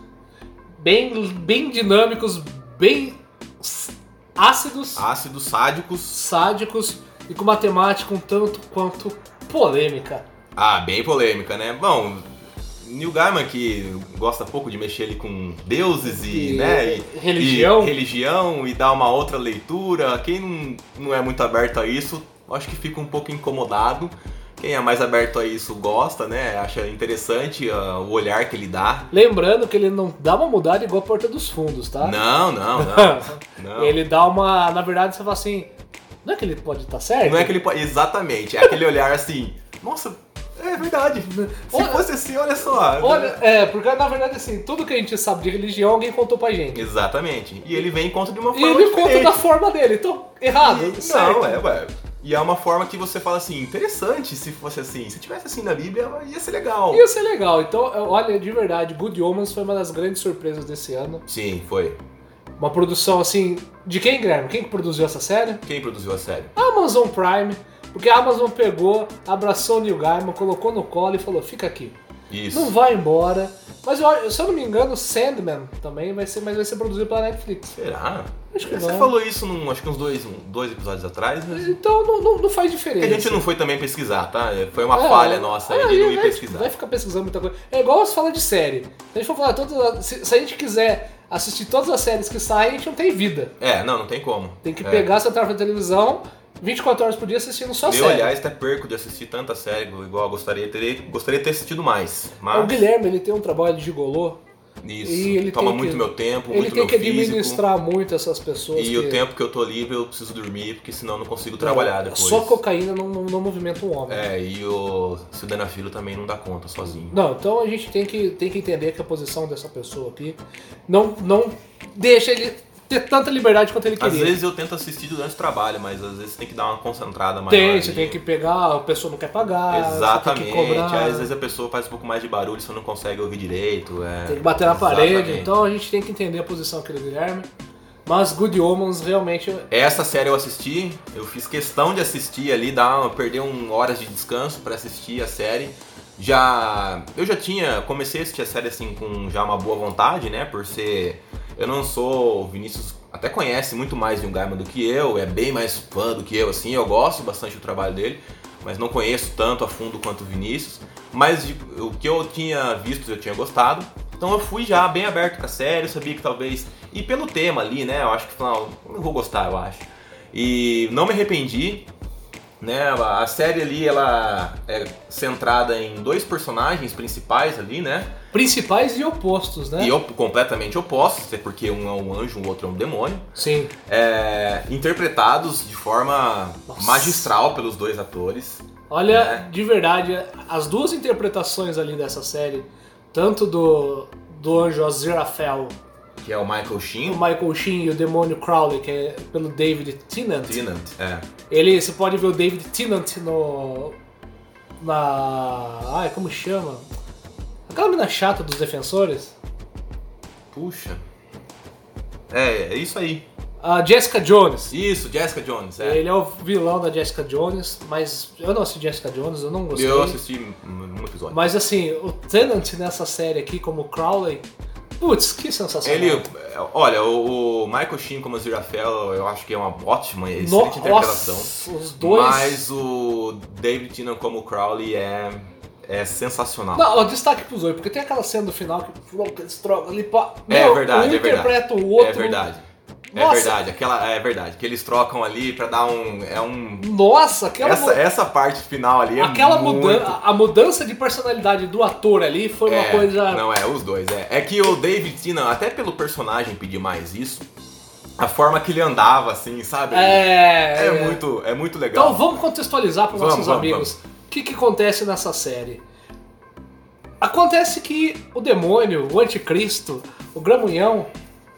bem, bem dinâmicos, bem s- ácidos,
Ácidos sádicos.
sádicos e com uma temática um tanto quanto polêmica.
Ah, bem polêmica, né? Bom, Neil Gaiman que gosta pouco de mexer ali com deuses e,
E
né? e-
religião.
E religião e dar uma outra leitura. Quem não, não é muito aberto a isso, acho que fica um pouco incomodado. Quem é mais aberto a isso gosta, né? Acha interessante ah, o olhar que ele dá.
Lembrando que ele não dá uma mudada igual a Porta dos Fundos, tá? *laughs*
Não, não, não. não.
Ele dá uma. Na verdade, você fala assim. Não é que ele pode estar certo?
Não é que ele pode. Exatamente, é aquele olhar assim. Nossa,
*laughs*
é verdade. Se
Olha-
fosse assim, olha só.
Olha, é, porque na verdade, assim, tudo que a gente sabe de religião, alguém contou pra gente.
Exatamente. E ele vem e conta de uma
E
forma
ele conta
diferente.
da forma dele, então, errado.
E-
certo.
Não, é, ué. E é uma forma que você fala assim, interessante se fosse assim. Se tivesse assim na Bíblia, ia ser legal.
Ia ser legal. Então, olha, de verdade, Good Omens foi uma das grandes surpresas desse ano.
Sim, foi.
Uma produção, assim, de quem, Guilherme? Quem que produziu essa série?
Quem produziu a série?
Amazon Prime. Porque a Amazon pegou, abraçou o Neil Gaiman, colocou no colo e falou, fica aqui.
Isso.
Não vai embora. Mas eu- se eu não me engano, Sandman também vai ser, mas vai ser produzido pela Netflix.
Será? É,
Acho que
Você
não.
falou isso num, acho que uns dois, um- dois episódios atrás, mas.
Então não, não- não faz
A
diferença.
gente não foi também pesquisar, tá? Foi uma
É,
falha nossa aí
é,
de não ir
vai-
pesquisar.
Vai ficar pesquisando muita coisa. É igual as falas de série. Se a gente for falar todas as- se, se a gente quiser assistir todas as séries que saem, a gente não tem vida.
É, não, não tem como.
Tem que
É.
pegar seu trabalho da televisão 24 horas por dia assistindo só
Eu,
série.
aliás, até perco de assistir tanta série igual eu gostaria de ter, gostaria de ter assistido mais.
O
Mas
Guilherme, ele tem um trabalho de gigolô.
isso
e ele
toma
tem
muito
que-
meu tempo,
Ele
muito
tem
meu
que
físico.
administrar muito essas pessoas.
E
que...
o tempo que eu tô livre, eu preciso dormir, porque senão eu não consigo trabalhar depois.
Só cocaína não, não- não movimenta um homem.
É, e o Sildenafilo também não dá conta sozinho.
Não, então a gente tem que, tem que entender que a posição dessa pessoa aqui não, não deixa ele ter tanta liberdade quanto ele
Às
queria.
vezes eu tento assistir durante o trabalho, mas às vezes tem que dar uma concentrada maior.
tem,
ali.
você tem que pegar, a pessoa não quer pagar,
Exatamente.
você tem que cobrar,
Às vezes a pessoa faz um pouco mais de barulho, você não consegue ouvir direito. É...
tem que bater na parede.
Exatamente.
Então a gente tem que entender a posição aqui do Guilherme. Mas Good Omens realmente
Essa série eu assisti, eu fiz questão de assistir ali, dar, uma- perder um horas de descanso pra assistir a série. Já eu já tinha comecei a assistir a série assim com já uma boa vontade, né? Por ser eu não sou o Vinícius até conhece muito mais de um Gaiman do que eu, é bem mais fã do que eu assim, eu gosto bastante do trabalho dele, mas não conheço tanto a fundo quanto o Vinícius, mas de- o que eu tinha visto eu tinha gostado. Então eu fui já bem aberto pra série, eu sabia que talvez e pelo tema ali, né? Eu acho que não, eu vou gostar, eu acho. E não me arrependi. Né, a a série ali ela é centrada em dois personagens principais ali, né?
principais e opostos, né?
E op- completamente opostos, até porque um é um anjo, o outro é um demônio.
Sim.
É, interpretados de forma
Nossa.
magistral pelos dois atores.
Olha,
É.
de verdade, as duas interpretações ali dessa série, tanto do, do anjo Aziraphale,
Que é o Michael
o
Sheen
Michael Sheen e o demônio Crowley, que é pelo David Tennant.
Tennant. É.
Ele, você pode ver o David Tennant no. Na. Ai, como chama? Aquela mina chata dos defensores?
Puxa. É, é isso aí.
A Jessica Jones.
Isso, Jessica Jones. É.
Ele é o vilão da Jessica Jones, mas eu não assisti Jessica Jones, eu não gostei.
Eu assisti um um episódio.
Mas assim, o Tennant nessa série aqui, como Crowley, putz, que sensacional.
Ele, olha, o o Michael Sheen como Aziraphale, eu acho que é uma ótima, excelente
No-
interpretação.
Nossa, os dois.
Mas o David Tennant como Crowley é, é sensacional.
Não, ó, destaque pros dois, porque tem aquela cena do final que troca, destroca, ali, pá.
É
Meu,
verdade,
um
é verdade.
interpreta o outro.
É verdade.
Nossa.
É verdade, aquela é verdade, que eles trocam ali pra dar um é um
Nossa, aquela
essa, essa parte final ali é
Aquela
muito-
mudança, a mudança de personalidade do ator ali foi uma
É,
coisa.
Não, é, os dois, é. É que o David Tennant, até pelo personagem pedir mais isso, a forma que ele andava assim, sabe?
é,
É, muito, é muito legal.
Então vamos contextualizar para os
Vamos,
nossos
vamos,
amigos. O que, que acontece nessa série? Acontece que o demônio, o anticristo, o gramunhão,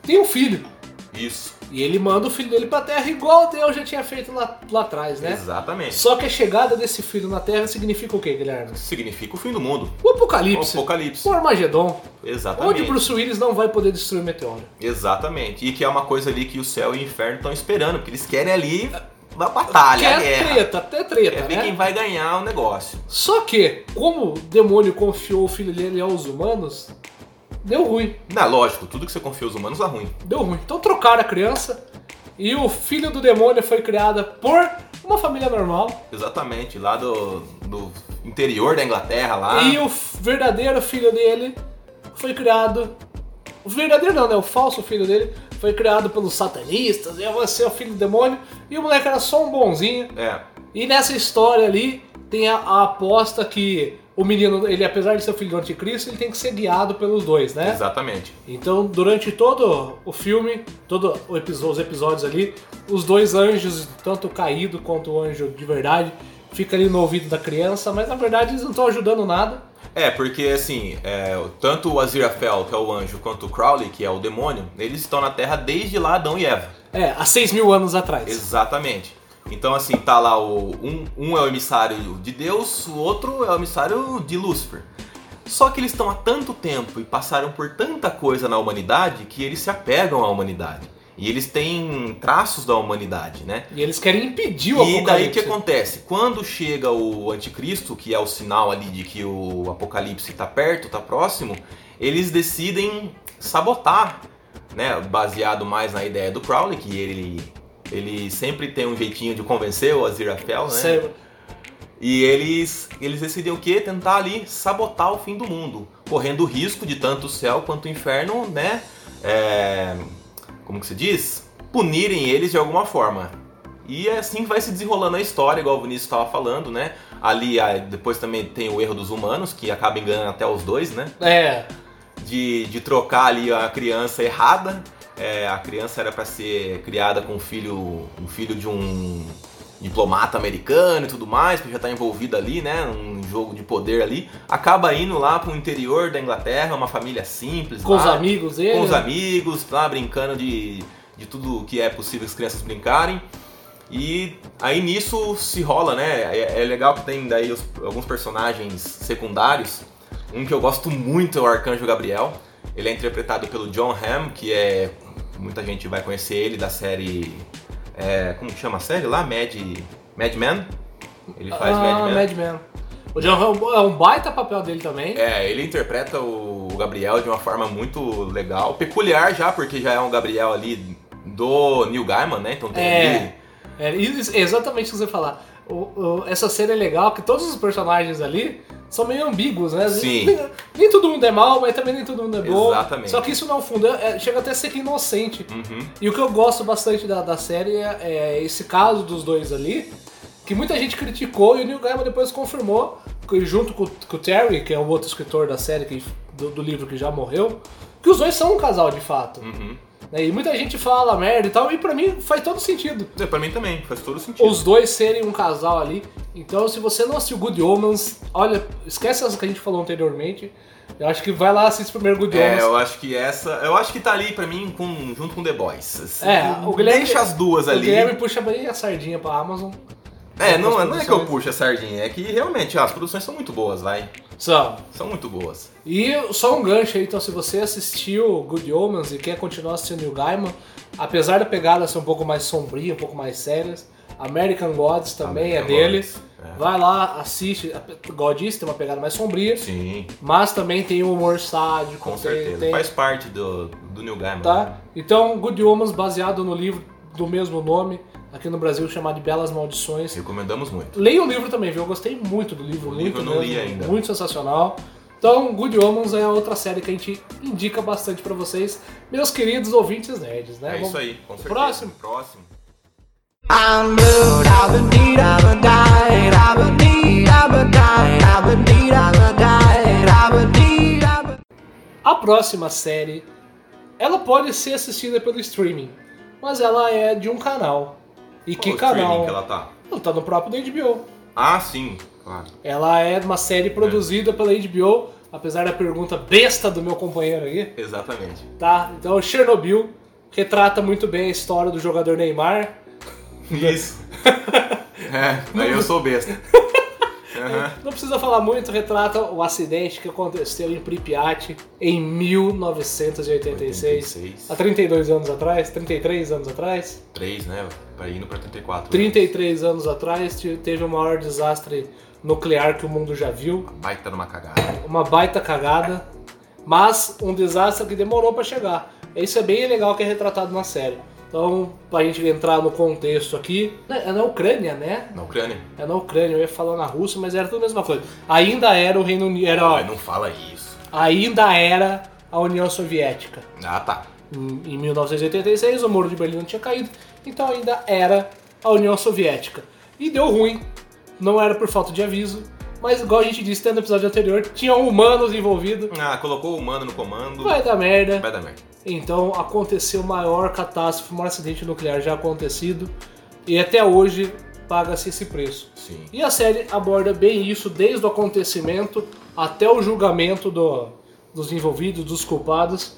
tem um filho.
Isso,
E ele manda o filho dele pra Terra igual Deus já tinha feito lá, lá atrás, né?
exatamente.
Só que a chegada desse filho na Terra significa o quê, Guilherme?
Significa o fim do mundo.
O
O
Apocalipse.
apocalipse.
O Armagedon. Onde
Exatamente.
Bruce Willis não vai poder destruir o meteoro.
Exatamente. E que é uma coisa ali que o céu e o inferno estão esperando, porque eles querem ali uma batalha, Ah, é a
Quer
guerra.
é
É
treta, até treta,
Quer ver
né?
quem vai ganhar o negócio.
Só que, como o demônio confiou o filho dele aos humanos, deu ruim.
Na lógico, tudo que você confia os humanos dá ruim.
Deu ruim. Então trocaram a criança e o filho do demônio foi criado por uma família normal.
Exatamente, lá do, do interior da Inglaterra lá.
E o verdadeiro filho dele foi criado. O verdadeiro não, né? O falso filho dele foi criado pelos satanistas. Eu vou ser é o filho do demônio. E o moleque era só um bonzinho.
É,
E nessa história ali tem a, a aposta que o menino, ele apesar de ser o filho do anticristo, ele tem que ser guiado pelos dois, né?
exatamente.
Então, durante todo o filme, todo o episo- os episódios ali, os dois anjos, tanto o caído quanto o anjo de verdade, fica ali no ouvido da criança, mas na verdade eles não estão ajudando nada.
É, porque assim, é, tanto o Aziraphale, que é o anjo, quanto o Crowley, que é o demônio, eles estão na Terra desde lá Adão e Eva.
É, há 6 mil anos atrás.
Exatamente. Então, assim, tá lá o. Um, um é o emissário de Deus, o outro é o emissário de Lúcifer. Só que eles estão há tanto tempo e passaram por tanta coisa na humanidade que eles se apegam à humanidade. E eles têm traços da humanidade, né?
E eles querem impedir o
E daí o que
apocalipse.
acontece? Quando chega o anticristo, que é o sinal ali de que o apocalipse tá perto, tá próximo, eles decidem sabotar, né? Baseado mais na ideia do Crowley, que ele ele sempre tem um jeitinho de convencer o Aziraphale, né?
Sério.
E eles eles decidem o quê? Tentar ali sabotar o fim do mundo, correndo o risco de tanto o céu quanto o inferno, né? É, como que se diz? Punirem eles de alguma forma. E é assim que vai se desenrolando a história, igual o Vinícius estava falando, né? Ali a- depois também tem o erro dos humanos, que acaba enganando até os dois, né?
É,
de, de trocar ali a criança errada. É, a criança era para ser criada com um filho, um filho de um diplomata americano e tudo mais, que já tá envolvido ali, né, um jogo de poder ali. Acaba indo lá pro interior da Inglaterra, uma família simples,
com os
lá,
amigos dele.
Ah, com os amigos, lá brincando de, de tudo que é possível as crianças brincarem. E aí nisso se rola, né? É, é legal que tem daí os- alguns personagens secundários. Um que eu gosto muito é o Arcanjo Gabriel. Ele é interpretado pelo John Hamm, que é. Muita gente vai conhecer ele da série. é, como que chama a série lá? Mad, Mad Men? Ele faz
ah,
Mad Men.
Madman. O John Rambo é um baita papel dele também.
É, ele interpreta o Gabriel de uma forma muito legal, peculiar já, porque já é um Gabriel ali do Neil Gaiman, né? Então tem
É.
ali.
É, isso- é exatamente o que você falar. O- o- essa cena é legal, que todos os personagens ali são meio ambíguos, né?
Sim.
Nem, *laughs* nem todo mundo é mal, mas também nem todo mundo é bom.
Exatamente.
Só que isso não fundo é- é- chega até a ser inocente.
Uhum.
E o que eu gosto bastante da, da série é, é esse caso dos dois ali, que muita gente criticou e o Neil Gaiman depois confirmou, que junto com, com o Terry, que é o outro escritor da série, que, do, do livro que já morreu, que os dois são um casal de fato.
Uhum.
né? E muita gente fala merda e tal, e pra mim faz todo sentido
É, pra mim também, faz todo sentido.
os dois serem um casal ali. Então, se você não assistiu Good Omens, olha, esquece as que a gente falou anteriormente. Eu acho que vai lá assistir primeiro Good
É,
Omens.
eu acho que essa. Eu acho que tá ali pra mim com, junto com The Boys. Assim,
É, o Guilherme-
Deixa as duas
o
ali.
Guilherme puxa bem a sardinha pra Amazon.
É, não,
As
não é que eu
produções.
puxo a sardinha, é que realmente as produções são muito boas, vai.
Só.
São muito boas.
E só um gancho aí, então se você assistiu Good Omens e quer continuar assistindo Neil Gaiman, apesar da pegada ser um pouco mais sombria, um pouco mais séria, American Gods também
American
é dele.
Gods, é.
Vai lá, assiste. Godis tem uma pegada mais sombria,
Sim,
mas também tem o humor sádico.
com
tem-
certeza.
tem-
Faz parte do, do New Gaiman. né?
tá? Então, Good Omens, baseado no livro do mesmo nome, aqui no Brasil chamado de Belas Maldições.
Recomendamos muito.
Leia o livro também, viu? Eu gostei muito do livro,
O
muito
livro eu não
mesmo,
li ainda.
muito sensacional. Então, Good Omens é outra série que a gente indica bastante pra vocês, meus queridos ouvintes nerds, né?
É,
Vamos-
isso aí, com certeza.
Próximo.
Próximo.
I'm blue, I'm in need, I'm a diet, I'm a need, I'm a diet, I'm a need, I'm a diet, I'm a need, I'm a
A próxima série, ela pode ser assistida pelo streaming, mas ela é de um canal. E que
Qual o
canal?
streaming que ela tá?
Ela tá no próprio da HBO.
Ah, sim, claro.
Ela é uma série produzida pela HBO, apesar da pergunta besta do meu companheiro aí. *laughs*
Exatamente.
tá? Então, Chernobyl retrata muito bem a história do jogador Neymar.
Isso. *laughs* É, daí eu
*laughs*
sou besta. Aham.
Não precisa falar muito, retrata o acidente que aconteceu em Pripyat em 1986,
86.
há 32 anos atrás, 33 anos atrás.
3, né? Pra indo pra 34.
33 anos atrás te- teve o maior desastre nuclear que o mundo já viu,
Baita numa cagada.
uma baita cagada, mas um desastre que demorou pra chegar. Isso é bem legal que é retratado na série. Então, pra gente entrar no contexto aqui, é é na Ucrânia, né?
Na Ucrânia.
É na Ucrânia, eu ia falar na Rússia, mas era tudo a mesma coisa. Ainda era o Reino Unido, era,
Mas não fala isso.
ainda era a União Soviética.
Ah, tá.
Em em 1986, o Muro de Berlim não tinha caído, então ainda era a União Soviética. E deu ruim, não era por falta de aviso, mas igual a gente disse até no episódio anterior, tinha humanos envolvidos,
Ah, colocou o humano no comando.
vai dar merda.
Vai dar merda.
Então aconteceu a maior catástrofe, o maior acidente nuclear já acontecido, e até hoje paga-se esse preço.
Sim.
E a série aborda bem isso desde o acontecimento até o julgamento do- dos envolvidos, dos culpados,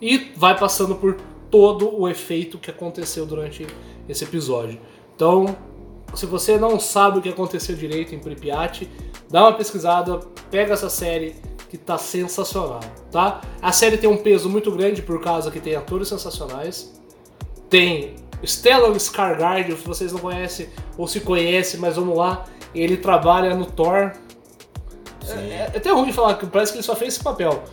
e vai passando por todo o efeito que aconteceu durante esse episódio. Então, se você não sabe o que aconteceu direito em Pripyat, dá uma pesquisada, pega essa série que tá sensacional, tá? A série tem um peso muito grande por causa que tem atores sensacionais, tem Stellan Skarsgård, se vocês não conhecem ou se conhecem, mas vamos lá, ele trabalha no Thor. É, é até ruim falar que parece que ele só fez esse papel.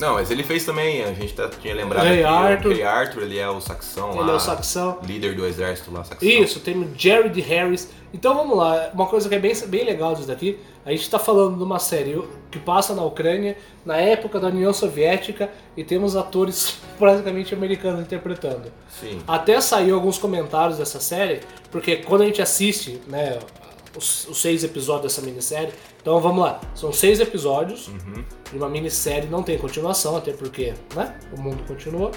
Não, mas ele fez também, a gente tá, tinha lembrado.
Rei
aqui, o
Arthur.
Rei Arthur, ele é o saxão lá.
Ele é o saxão.
Líder do exército lá, saxão.
Isso, tem o Jared Harris. Então vamos lá, uma coisa que é bem, bem legal disso daqui, a gente tá falando de uma série que passa na Ucrânia, na época da União Soviética, e temos atores *laughs* praticamente americanos interpretando.
Sim.
Até saiu alguns comentários dessa série, porque quando a gente assiste, né, os, os seis episódios dessa minissérie, então vamos lá, são seis episódios
Uhum.
de uma minissérie, não tem continuação, até porque, né, o mundo continua.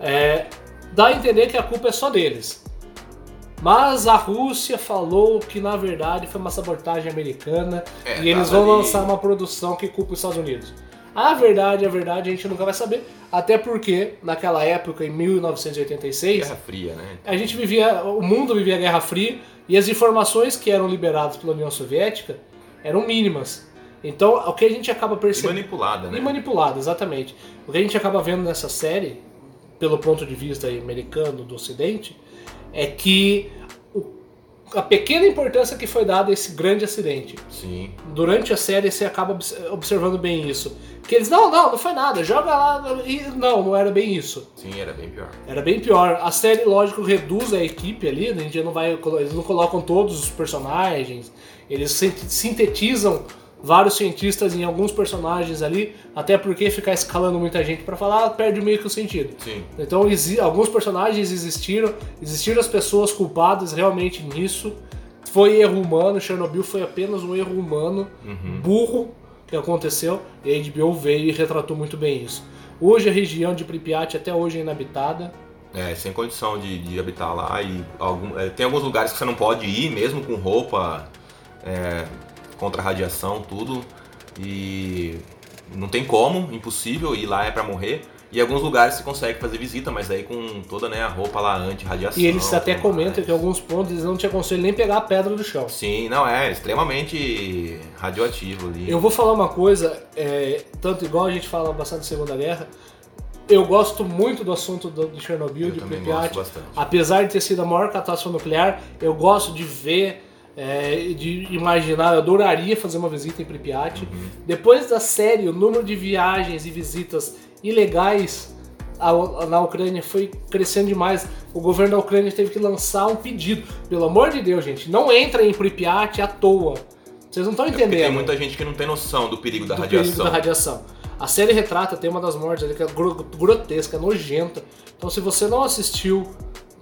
É, dá a entender que a culpa é só deles. Mas a Rússia falou que na verdade foi uma sabotagem americana
É,
e eles
tava
vão
ali-
lançar uma produção que culpa os Estados Unidos. A verdade, a verdade, a gente nunca vai saber, até porque naquela época, em 1986,
Guerra Fria, né?
a gente vivia, o mundo vivia a Guerra Fria e as informações que eram liberadas pela União Soviética eram mínimas. Então, o que a gente acaba
E
percebendo
manipulada, né?
e manipulado, exatamente. O que a gente acaba vendo nessa série, pelo ponto de vista aí americano do Ocidente, é que o- a pequena importância que foi dada a esse grande acidente.
Sim.
Durante a série você acaba obs- observando bem isso. Que eles, não, não, não foi nada, joga lá. E não, não era bem isso.
Sim, era bem pior.
Era bem pior. A série, lógico, reduz a equipe ali, né? A gente não vai, colo- eles não colocam todos os personagens, eles sin- sintetizam vários cientistas em alguns personagens ali, até porque ficar escalando muita gente pra falar perde meio que o sentido.
Sim.
Então exi- alguns personagens existiram, existiram as pessoas culpadas realmente nisso. Foi erro humano, Chernobyl foi apenas um erro humano,
Uhum.
burro, que aconteceu, e a HBO veio e retratou muito bem isso. Hoje a região de Pripyat até hoje é inabitada.
É, sem condição de, de habitar lá e algum- é, tem alguns lugares que você não pode ir, mesmo com roupa é, contra a radiação, tudo. E não tem como, impossível, ir lá é pra morrer. E alguns lugares você consegue fazer visita, mas aí com toda né, a roupa lá anti-radiação.
E eles até
tudo mais.
comentam que em alguns pontos eles não te aconselham nem pegar a pedra do chão.
Sim, não, é extremamente radioativo ali.
Eu vou falar uma coisa, é, tanto igual a gente fala bastante de Segunda Guerra, eu gosto muito do assunto do, de Chernobyl,
Eu
de Ah,
também
Pripyat.
gosto bastante.
Apesar de ter sido a maior catástrofe nuclear, eu gosto de ver, é, de imaginar, eu adoraria fazer uma visita em Pripyat.
Uhum.
Depois da série, o número de viagens e visitas ilegais ao- na Ucrânia foi crescendo demais. O governo da Ucrânia teve que lançar um pedido. Pelo amor de Deus, gente, não entrem em Pripyat à toa. Vocês não estão
É Porque
entendendo
tem muita gente que não tem noção do perigo da
é do
radiação.
perigo da radiação. A série retrata, tem uma das mortes ali que é gro- grotesca, nojenta. Então se você não assistiu,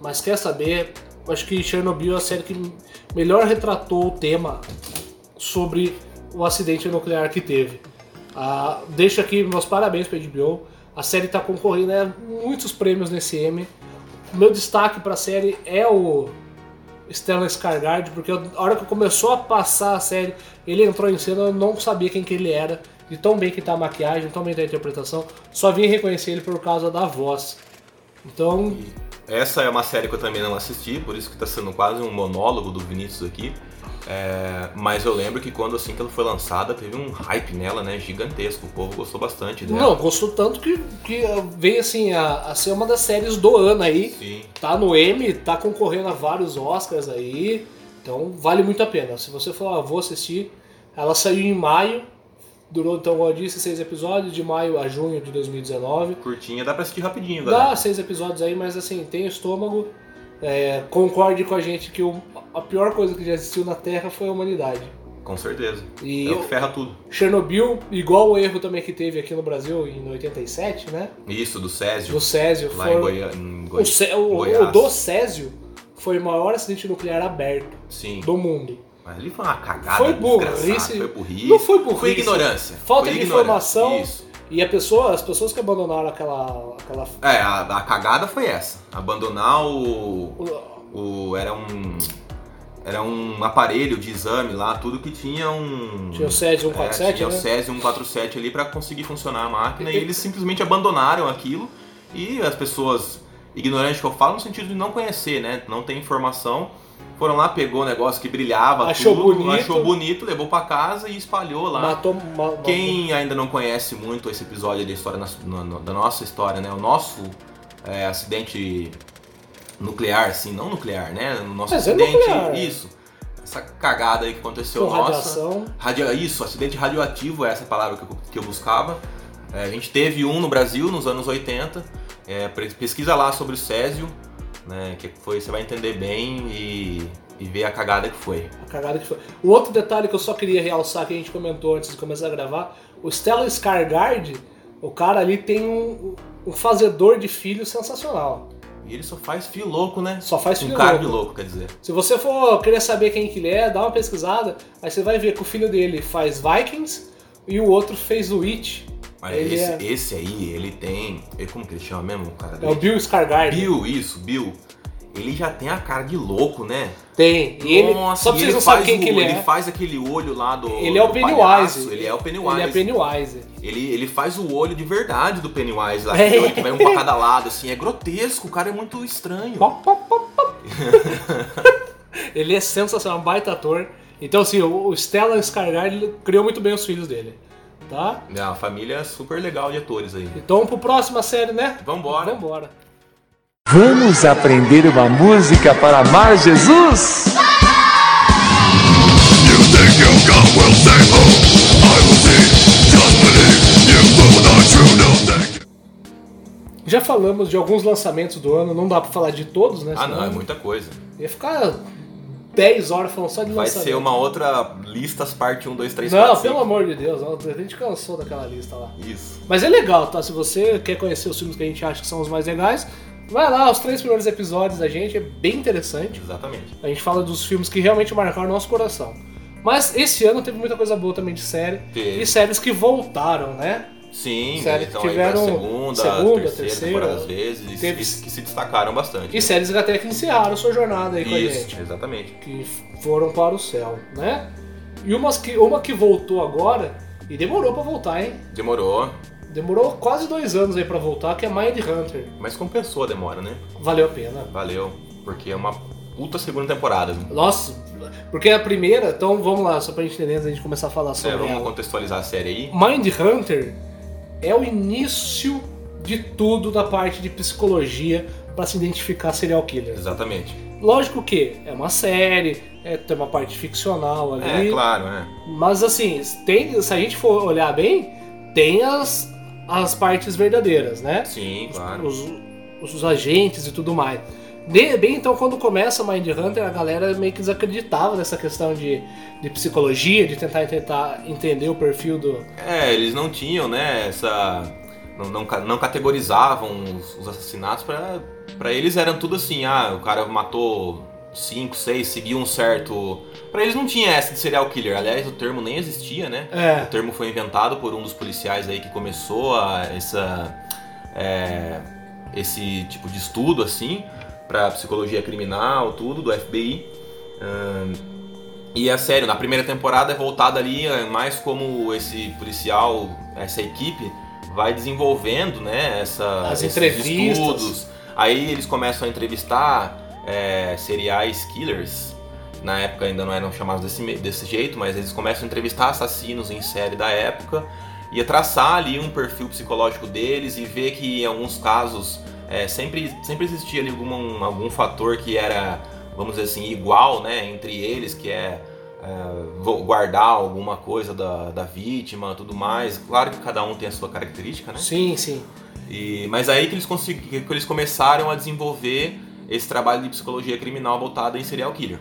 mas quer saber, eu acho que Chernobyl é a série que melhor retratou o tema sobre o acidente nuclear que teve. Ah, deixo aqui meus parabéns para HBO. A série está concorrendo a muitos prêmios nesse M. Meu destaque para a série é o Stellan Skarsgård, porque eu- a hora que começou a passar a série, ele entrou em cena, eu não sabia quem que ele era, tá de tão bem que tá a maquiagem, tão bem da interpretação, só vim reconhecer ele por causa da voz. Então,
Essa é uma série que eu também não assisti, por isso que tá sendo quase um monólogo do Vinícius aqui. É, mas eu lembro que quando assim que ela foi lançada, teve um hype nela, né? Gigantesco. O povo gostou bastante dela.
não, gostou tanto que, que veio assim a, a ser uma das séries do ano aí.
Sim.
Tá no M, tá concorrendo a vários Oscars aí. Então vale muito a pena. Se você falar, ah, vou assistir, ela saiu em maio, durou, então, como eu disse, seis episódios, de maio a junho de 2019.
Curtinha, dá pra assistir rapidinho, galera.
Dá seis episódios aí, mas assim, tem estômago. É, concorde com a gente que o- a pior coisa que já existiu na Terra foi a humanidade.
Com certeza.
E
é o
eu-
que ferra tudo.
Chernobyl, igual o erro também que teve aqui no Brasil em 87, né?
Isso, do Césio,
Do Césio.
lá
foi-
em, Goi... em Goi-
o, Cé- o-
Goiás.
o do Césio foi o maior acidente nuclear aberto
Sim.
do mundo.
Mas ali foi uma cagada.
Foi
desgraçada,
burrice.
Foi burrice.
Não foi burrice.
Foi ignorância.
Falta
Foi
de
ignorância.
informação.
Isso.
E a pessoa, as pessoas que abandonaram aquela. aquela
É, a, a cagada foi essa. Abandonar o.
o-
o era um. Era um aparelho de exame lá, tudo que tinha um.
tinha o Césio
é,
147,
tinha o
né?
Césio 147 ali pra conseguir funcionar a máquina e
E-
eles simplesmente abandonaram aquilo e as pessoas ignorantes que eu falo no sentido de não conhecer, né? Não tem informação. Foram lá, pegou o negócio que brilhava,
Achou
tudo,
bonito.
achou bonito, levou pra casa e espalhou lá.
Matou. ma- ma-
Quem ainda não conhece muito esse episódio da história nas- no- no- da nossa história, né? O nosso é, acidente nuclear, assim, não nuclear, né? O nosso
Mas é
acidente,
nuclear.
isso. Essa cagada aí que aconteceu
com
nossa.
radiação.
Radia- isso, acidente radioativo é essa palavra que eu, que eu buscava. É, a gente teve um no Brasil nos anos 80. É, pre- pesquisa lá sobre o Césio, né? Que foi, você vai entender bem e, e ver a cagada que foi.
A cagada que foi. O outro detalhe que eu só queria realçar que a gente comentou antes de começar a gravar, o Stellan Skarsgård, o cara ali tem um, um fazedor de filhos sensacional.
E ele só faz fio louco, né?
Só faz
um
filho
cara
louco.
louco, quer dizer.
Se você for querer saber quem que ele é, dá uma pesquisada, aí você vai ver que o filho dele faz Vikings e o outro fez o It.
Mas
Ele
esse,
é-
esse aí, ele tem. ele- Como que ele chama mesmo, o cara
É o
dele?
Bill Skarsgård.
Bill, isso, Bill. Ele já tem a cara de louco, né?
Tem. E ele,
Nossa,
só
e
pra vocês não
faz
saberem quem
o-
que ele é.
Ele faz aquele olho lá do.
Ele é o
do
Pennywise.
palhaço, Ele é o Pennywise.
Ele é Pennywise.
Ele, ele faz o olho de verdade do Pennywise lá,
É.
que que vai um pra cada lado, assim, é grotesco, o cara é muito estranho.
Pop, pop, pop, pop. *laughs* ele é sensacional, um baita ator. Então, assim, o o Stellan Skarsgård ele criou muito bem os filhos dele, tá?
É, a família é super legal de atores aí.
Então, pro próxima série, né?
Vambora.
Vambora.
Vamos aprender uma música para amar Jesus?
Já falamos de alguns lançamentos do ano, não dá pra falar de todos, né?
Ah, não, é
Senão
muita coisa.
Ia ficar 10 horas falando só de
Vai
lançamento.
ser uma outra listas parte 1, 2, 3,
né? Não,
4,
pelo amor de Deus, não, a gente cansou daquela lista lá.
Isso.
Mas é legal, tá? Se você quer conhecer os filmes que a gente acha que são os mais legais, vai lá, os três primeiros episódios da gente, é bem interessante.
Exatamente.
A gente fala dos filmes que realmente marcaram nosso coração. Mas esse ano teve muita coisa boa também de série.
Teve.
E séries que voltaram, né?
Sim,
Sério,
então
tiveram
aí pra segunda,
segunda,
terceira,
terceira,
temporada às vezes,
teve-
e se- que se destacaram bastante.
E séries que até que encerraram sua jornada aí com a
Isso,
gente.
exatamente.
Que f- foram para o céu, né? E umas que, uma que voltou agora, e demorou pra voltar, hein?
Demorou,
Demorou quase dois anos aí pra voltar, que é Mind Hunter.
mas compensou a demora, né?
Valeu a pena.
Valeu, porque é uma puta segunda temporada.
Nossa, porque a primeira, então vamos lá, só pra gente entender antes da gente começar a falar
É,
sobre
vamos
ela.
contextualizar a série aí.
Mindhunter é o início de tudo da parte de psicologia pra se identificar serial killer.
Exatamente.
Lógico que é uma série, é, tem uma parte ficcional ali,
É, claro, né?
mas assim, tem, se a gente for olhar bem, tem as, as partes verdadeiras, né?
Sim, claro.
os, os- os agentes e tudo mais. De- bem, então, quando começa Mind Hunter, a galera meio que desacreditava nessa questão de, de psicologia, de tentar, tentar entender o perfil do.
É, eles não tinham, né, essa. Não, não, ca- não categorizavam os, os assassinatos pra. Pra eles eram tudo assim, ah, o cara matou cinco, seis, seguiu um certo. Pra eles não tinha essa de serial killer. Aliás, o termo nem existia, né? O
É,
termo foi inventado por um dos policiais aí que começou a- essa, é, esse tipo de estudo assim para psicologia criminal, tudo do FBI. Ahn, e é sério, na primeira temporada é voltada ali é, mais como esse policial, essa equipe vai desenvolvendo, né, essa
As
esses
entrevistas.
estudos, Aí eles começam a entrevistar é, seriais killers. Na época ainda não eram chamados desse, me- desse jeito, mas eles começam a entrevistar assassinos em série da época e a traçar ali um perfil psicológico deles e ver que em alguns casos é, sempre, sempre existia ali algum, algum fator que era, vamos dizer assim, igual né, entre eles, que é é, vou guardar alguma coisa da, da vítima, tudo mais. Claro que cada um tem a sua característica, né?
Sim, sim.
E, mas aí que eles, consegui- que eles começaram a desenvolver esse trabalho de psicologia criminal voltado em serial killer.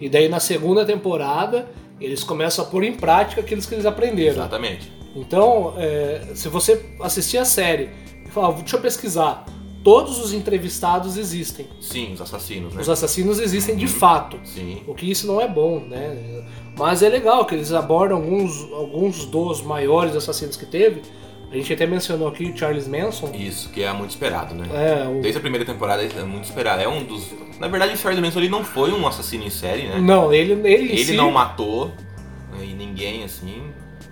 E daí na segunda temporada eles começam a pôr em prática aquilo que eles aprenderam.
Exatamente.
Então, é, se você assistir a série e falar, "Ah, deixa eu pesquisar, todos os entrevistados existem.
Sim, os assassinos, né?
Os assassinos existem de fato.
Sim.
O que isso não é bom, né? Mas é legal que eles abordam alguns, alguns dos maiores assassinos que teve. A gente até mencionou aqui o Charles Manson.
Isso, que é muito esperado, né?
É, o-
Desde a primeira temporada é muito esperado. É um dos. Na verdade, o Charles Manson ele não foi um assassino em série, né?
Não, ele, ele, em
Ele
si,
não matou né, e ninguém, assim.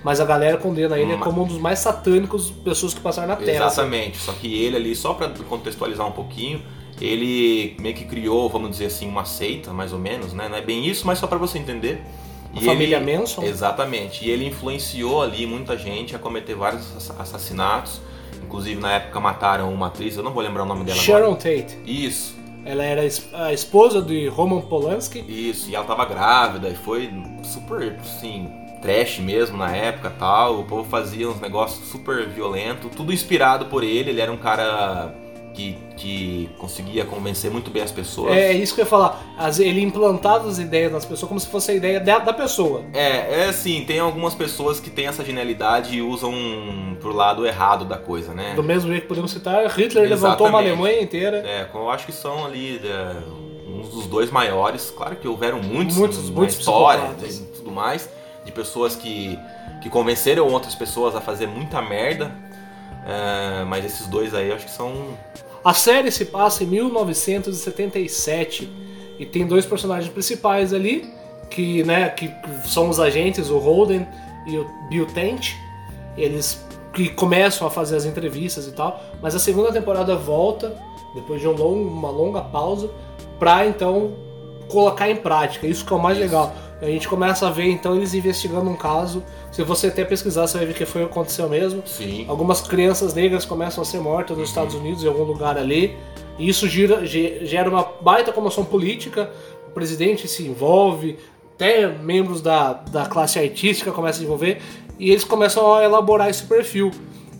mas a galera condena ele
Ma-
como um dos mais satânicos pessoas que passaram na Terra.
Exatamente, só que ele ali, só pra contextualizar um pouquinho, ele meio que criou, vamos dizer assim, uma seita, mais ou menos, né? Não é bem isso, mas só pra você entender.
A
E
família
ele-
Manson.
Exatamente, e ele influenciou ali muita gente a cometer vários ass- assassinatos. Inclusive, na época mataram uma atriz, eu não vou lembrar o nome dela agora.
Sharon Tate.
Isso,
Ela era a es- a esposa de Roman Polanski.
isso, e ela tava grávida e foi super, assim, trash mesmo na época tal. O povo fazia uns negócios super violentos, tudo inspirado por ele. Ele era um cara que, que conseguia convencer muito bem as pessoas.
É isso que eu ia falar. As- ele implantava as ideias nas pessoas como se fosse a ideia da, da pessoa.
É, é assim, tem algumas pessoas que têm essa genialidade e usam pro lado errado da coisa, né?
Do mesmo jeito que podemos citar, Hitler levantou
Exatamente.
uma Alemanha inteira.
É, eu acho que são ali é, uns dos dois maiores. Claro que houveram muitos,
Muitos-
na
muitos
história né,
psicopatas.
e tudo mais, de pessoas que, que convenceram outras pessoas a fazer muita merda. é, mas esses dois aí eu acho que são.
A série se passa em 1977 e tem dois personagens principais ali, que, né, que são os agentes, o Holden e o Bill Tent. Eles que começam a fazer as entrevistas e tal, mas a segunda temporada volta depois de um long- uma longa pausa pra então colocar em prática. Isso que é o mais
Isso.
legal. A gente começa a ver então eles investigando um caso. Se você até pesquisar, você vai ver que foi o que aconteceu mesmo.
Sim.
Algumas crianças negras começam a ser mortas nos Estados Unidos, em algum lugar ali. E isso gira- ge- gera uma baita comoção política. O presidente se envolve, até membros da, da classe artística começam a se envolver. E eles começam a elaborar esse perfil.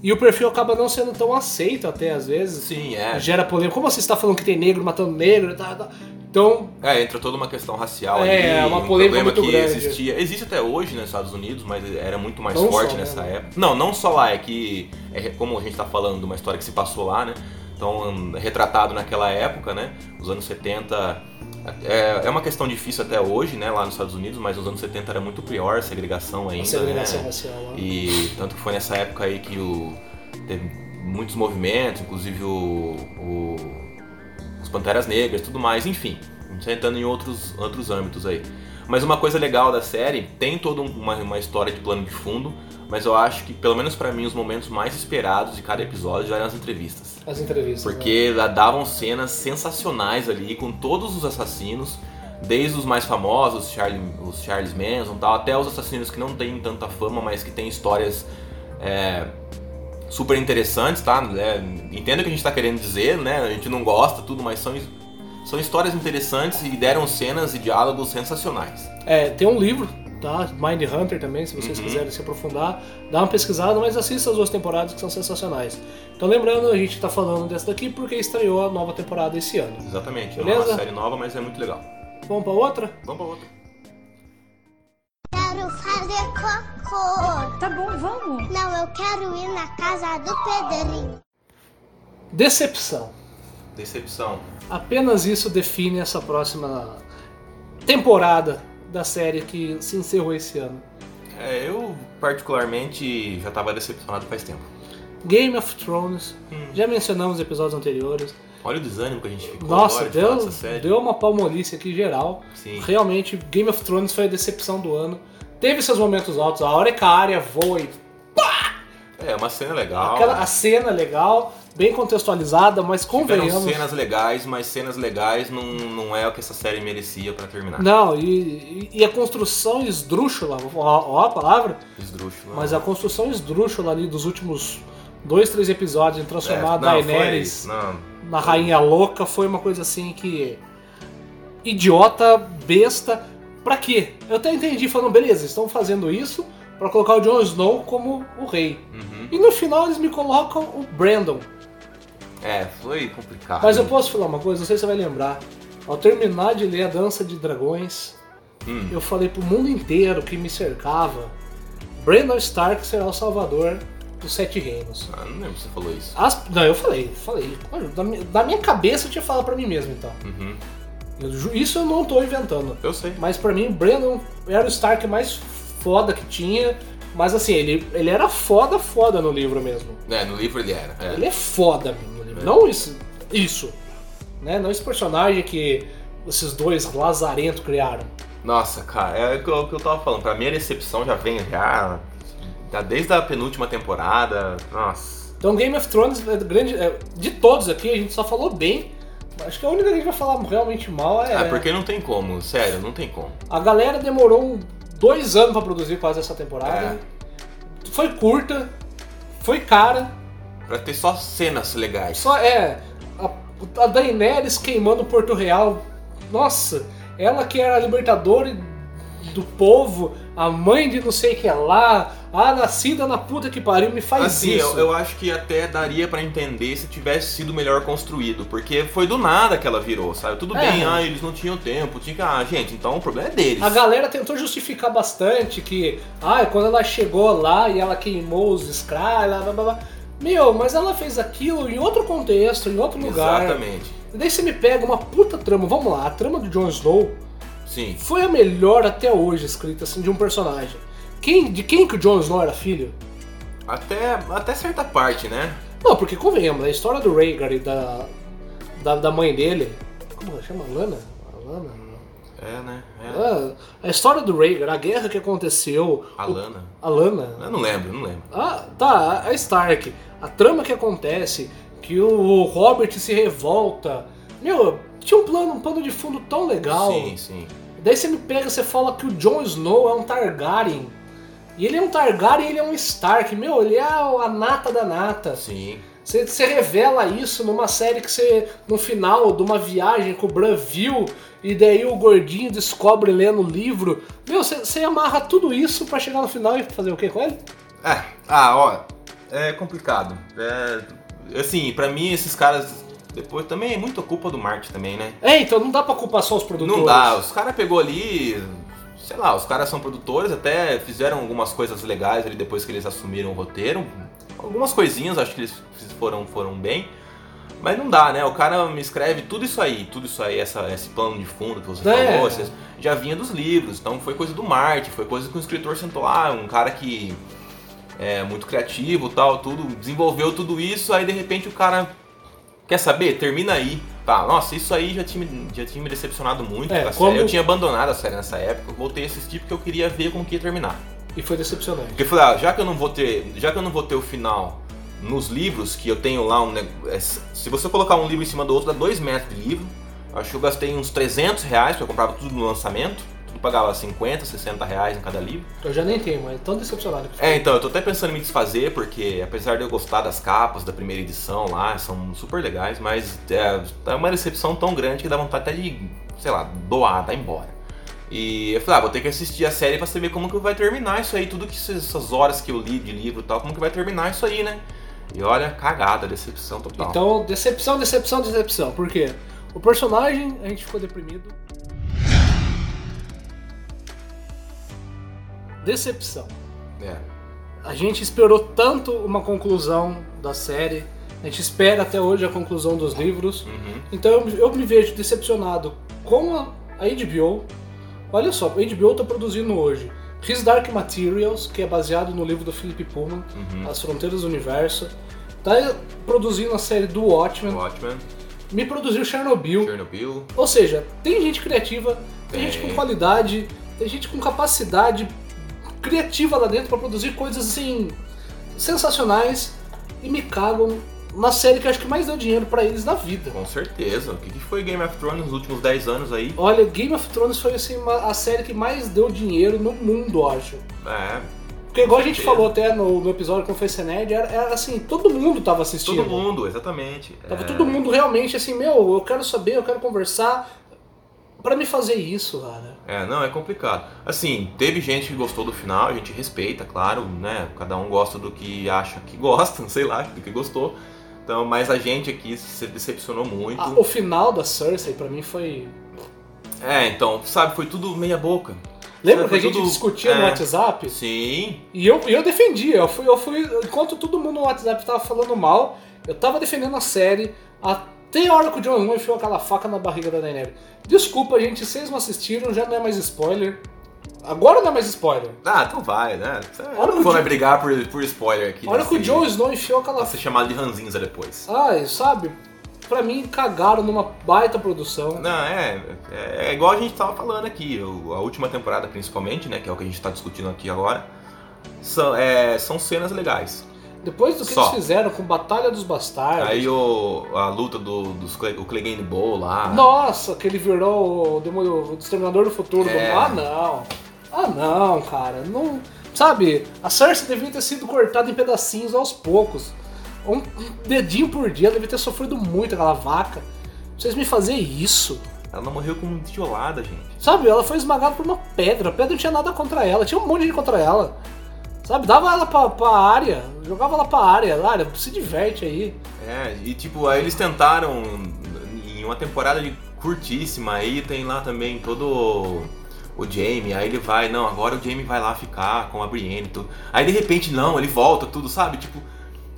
E o perfil acaba não sendo tão aceito, até às vezes.
Sim, é.
Gera polêmica. Como você está falando que tem negro matando negro? Tá, tá. Então,
É, entra toda uma questão racial
É,
ali,
é uma
um
polêmica
problema
muito
que
grande.
existia. Existe até hoje nos Estados Unidos, mas era muito mais
Não
forte
só, né?
nessa época. Não, não só lá, é que é como a gente tá falando de uma história que se passou lá, né? Então, hum, retratado naquela época, né? Os anos 70. É, é uma questão difícil até hoje, né, lá nos Estados Unidos, mas nos anos 70 era muito pior a segregação ainda.
a segregação
né?
racial. ó.
E tanto que foi nessa época aí que o, teve muitos movimentos, inclusive o, o- os Panteras Negras, tudo mais, enfim. A gente tá entrando em outros, outros âmbitos aí. Mas uma coisa legal da série, tem toda um, uma, uma história de plano de fundo, mas eu acho que, pelo menos pra mim, os momentos mais esperados de cada episódio eram as entrevistas.
As entrevistas. né?
Porque lá davam cenas sensacionais ali com todos os assassinos, desde os mais famosos, Charlie, os Charles Manson e tal, até os assassinos que não têm tanta fama, mas que têm histórias é, super interessantes, tá? É, entendo o que a gente tá querendo dizer, né? A gente não gosta tudo, mas são, são histórias interessantes e deram cenas e diálogos sensacionais.
É, tem um livro, tá? Mind Hunter também, se vocês quiserem se aprofundar, dá uma pesquisada, mas assista as duas temporadas que são sensacionais. Então lembrando, a gente tá falando dessa daqui porque estreou a nova temporada esse ano.
Exatamente. É
Beleza?
uma série nova, mas é muito legal.
Vamos pra outra?
Vamos pra outra.
Quero fazer cocô.
Tá bom, vamos.
Não, eu quero ir na casa do Pedrinho.
Decepção.
Decepção.
Apenas isso define essa próxima temporada da série que se encerrou esse ano.
É, eu particularmente já tava decepcionado faz tempo.
Game of Thrones, já mencionamos episódios anteriores.
Olha o desânimo que a gente ficou
Nossa,
agora de falar
deu,
dessa série.
deu uma palmolice aqui geral.
Sim.
Realmente, Game of Thrones foi a decepção do ano. Teve seus momentos altos, a hora que a área voa e
É, uma cena legal.
aquela, a cena é legal, bem contextualizada, mas
Tiveram
convenhamos.
cenas legais, mas cenas legais não, não é o que essa série merecia pra terminar.
Não, e, e- e a construção esdrúxula, ó, ó a palavra,
Esdrúxula. É,
mas a construção esdrúxula ali dos últimos dois, três episódios em
É,
transformar a
não, foi-
Daenerys
não.
na Rainha Louca foi uma coisa assim que. idiota, besta. Pra quê? Eu até entendi, falando, beleza, estão fazendo isso pra colocar o Jon Snow como o rei.
Uhum.
E no final eles me colocam o Brandon.
É, foi complicado.
Mas eu posso falar uma coisa, não sei se você vai lembrar. Ao terminar de ler A Dança de Dragões,
Hum.
eu falei pro mundo inteiro que me cercava: Brandon Stark será o salvador dos Sete Reinos.
Ah, não lembro se você falou isso.
As- Não, eu falei, falei. Olha, Da mi- da minha cabeça eu tinha falado pra mim mesmo, então.
Uhum.
Eu ju- Isso eu não tô inventando.
Eu sei.
Mas pra mim, Brandon era o Stark mais foda que tinha. Mas assim, ele, ele era foda, foda no livro mesmo.
É, no livro ele era. É.
Ele é foda mesmo. ele- Não isso, isso. Né? Não esse personagem que esses dois lazarento criaram.
Nossa, cara, é o que eu, o que eu tava falando. Pra mim a decepção já vem já, já desde a penúltima temporada. Nossa.
Então Game of Thrones é grande. é, de todos aqui, a gente só falou bem. Acho que a única que a gente vai falar realmente mal é.
É, porque não tem como, sério, não tem como.
A galera demorou um- dois anos pra produzir quase essa
É.
temporada. Foi curta, foi cara.
Pra ter só cenas legais.
Só é. A, a Daenerys queimando Porto Real. Nossa, ela que era a libertadora do povo, a mãe de não sei quem é lá, a nascida na puta que pariu, me faz
Assim,
isso.
eu, eu acho que até daria pra entender se tivesse sido melhor construído, porque foi do nada que ela virou, sabe? Tudo
É.
bem, ah, eles não tinham tempo, tinha que, ah, gente, então o problema é deles.
A galera tentou justificar bastante que, ah, quando ela chegou lá e ela queimou os escravos, blá, blá, blá, blá. Meu, mas ela fez aquilo em outro contexto, em outro lugar. né?
Exatamente.
E daí você me pega uma puta trama. Vamos lá, a trama do Jon Snow
Sim.
foi a melhor até hoje escrita assim de um personagem. Quem, de quem que o Jon Snow era filho?
Até, até certa parte, né?
Não, porque convenhamos, a história do Rhaegar e da, da, da mãe dele. Como ela chama? Lana? Lana?
É, né? É.
Ah, a história do Rhaegar, a guerra que aconteceu.
A Lana.
o- a Lana.
Eu não lembro, não lembro.
Ah, tá, a Stark. A trama que acontece, que o Robert se revolta. Meu, tinha um plano, um plano de fundo tão legal.
Sim, sim.
Daí você me pega, você fala que o Jon Snow é um Targaryen. E ele é um Targaryen, ele é um Stark. Meu, ele é a nata da nata.
Sim.
Você, você revela isso numa série que você, no final de uma viagem que o Bran viu, e daí o gordinho descobre lendo o livro. Meu, você, você amarra tudo isso pra chegar no final e fazer o quê com ele?
É, ah, ó, é complicado. É, assim, pra mim esses caras depois também é muito culpa do Marte também, né?
É, então não dá pra culpar só os produtores.
Não dá, os caras pegou ali, sei lá, os caras são produtores, até fizeram algumas coisas legais ali depois que eles assumiram o roteiro. Algumas coisinhas, acho que eles foram, foram bem. Mas não dá, né? O cara me escreve tudo isso aí, tudo isso aí, essa, esse plano de fundo que você
É.
falou, vocês- já vinha dos livros, então foi coisa do Marte, foi coisa que o escritor sentou lá, um cara que é muito criativo tal, tudo, desenvolveu tudo isso, aí de repente o cara Quer saber? Termina aí. Tá, nossa, isso aí já tinha, me- já tinha me decepcionado muito
É,
com a
como-
série. Eu tinha abandonado a série nessa época, eu voltei a assistir porque eu queria ver como que ia terminar.
E foi decepcionante.
Porque eu falei, ah, já que eu não vou ter. Já que eu não vou ter o final nos livros, que eu tenho lá um negócio. se você colocar um livro em cima do outro, dá dois metros de livro. Acho que eu gastei uns 300 reais, porque eu comprava tudo no lançamento. Tudo pagava 50, 60 reais em cada livro.
Eu já nem tenho, mas é tão decepcionado que
É, então, eu tô até pensando em me desfazer, porque apesar de eu gostar das capas da primeira edição lá, são super legais, mas é, é uma decepção tão grande que dá vontade até de, sei lá, doar, dar embora. E eu falei, ah, vou ter que assistir a série pra saber como que vai terminar isso aí, tudo que esses- essas horas que eu li de livro e tal, como que vai terminar isso aí, né? E olha, cagada, decepção total.
Então, decepção, decepção, decepção. Por quê? O personagem, a gente ficou deprimido. Decepção.
É.
A gente esperou tanto uma conclusão da série. A gente espera até hoje a conclusão dos livros.
Uhum.
Então eu, eu me vejo decepcionado com a, a HBO. Olha só, a HBO tá produzindo hoje His Dark Materials, que é baseado no livro do Philip Pullman, As Fronteiras do Universo. Tá produzindo a série do Watchmen.
Watchmen,
Me produziu Chernobyl.
Chernobyl,
Ou seja, tem gente criativa, tem,
Tem.
gente com qualidade, tem gente com capacidade criativa lá dentro pra produzir coisas assim sensacionais e me cagam na série que acho que mais deu dinheiro pra eles na vida.
Com certeza. O que que foi Game of Thrones nos últimos 10 anos aí?
Olha, Game of Thrones foi assim, uma- a série que mais deu dinheiro no mundo, eu acho.
É,
Porque igual a gente
certeza.
falou até no, no episódio com Face Nerd, era, era assim, todo mundo tava assistindo.
todo mundo, exatamente.
Tava
É,
todo mundo realmente assim, meu, eu quero saber, eu quero conversar. Pra me fazer isso, cara.
É, não, é complicado. Assim, teve gente que gostou do final, a gente respeita, claro, né? Cada um gosta do que acha que *laughs* gosta, não sei lá, do que gostou. Então, mas a gente aqui se decepcionou muito.
Ah, o final da Cersei pra mim foi.
É, então, sabe, foi tudo meia boca.
Lembra
Foi
que a gente
tudo-
discutia no
é.
WhatsApp?
Sim,
E eu, eu defendi, eu fui, eu fui. Enquanto todo mundo no WhatsApp tava falando mal, eu tava defendendo a série até a hora que o John Snow enfiou aquela faca na barriga da Daenerys. Desculpa, gente, vocês não assistiram, já não é mais spoiler. Agora não é mais spoiler.
Ah, então vai, né?
Olha
Olha
o
não vou
Joe-
mais brigar por, por spoiler aqui.
A hora que o
desse-
Jon Snow enfiou aquela
Pra ser chamado de ranzinza depois.
Ai, sabe? Pra mim, cagaram numa baita produção.
Não, é, é, é igual a gente tava falando aqui, o- a última temporada principalmente, né, que é o que a gente tá discutindo aqui agora, são, é, são cenas legais.
Depois do que
Só.
eles fizeram com Batalha dos Bastardos.
Aí o, a luta do, dos Cle- o Clegane Bowl lá,
Nossa, que ele virou o, Demo- o Exterminador do Futuro.
É.
Ah, não. Ah, não, cara. Não... Sabe, a Cersei devia ter sido cortada em pedacinhos aos poucos. Um um dedinho por dia, ela devia ter sofrido muito aquela vaca. Vocês me fazer isso.
ela não morreu com um tijolada, gente.
Sabe, ela foi esmagada por uma pedra. A pedra não tinha nada contra ela, tinha um monte de gente contra ela. Sabe, dava ela pra, pra área, jogava ela pra área. Lara, se diverte aí.
É, e tipo, aí eles tentaram, em uma temporada de curtíssima, aí tem lá também todo o- o Jamie, aí ele vai, não, agora o Jamie vai lá ficar com a Brienne e tudo. Aí de repente, não, ele volta, tudo, sabe? Tipo,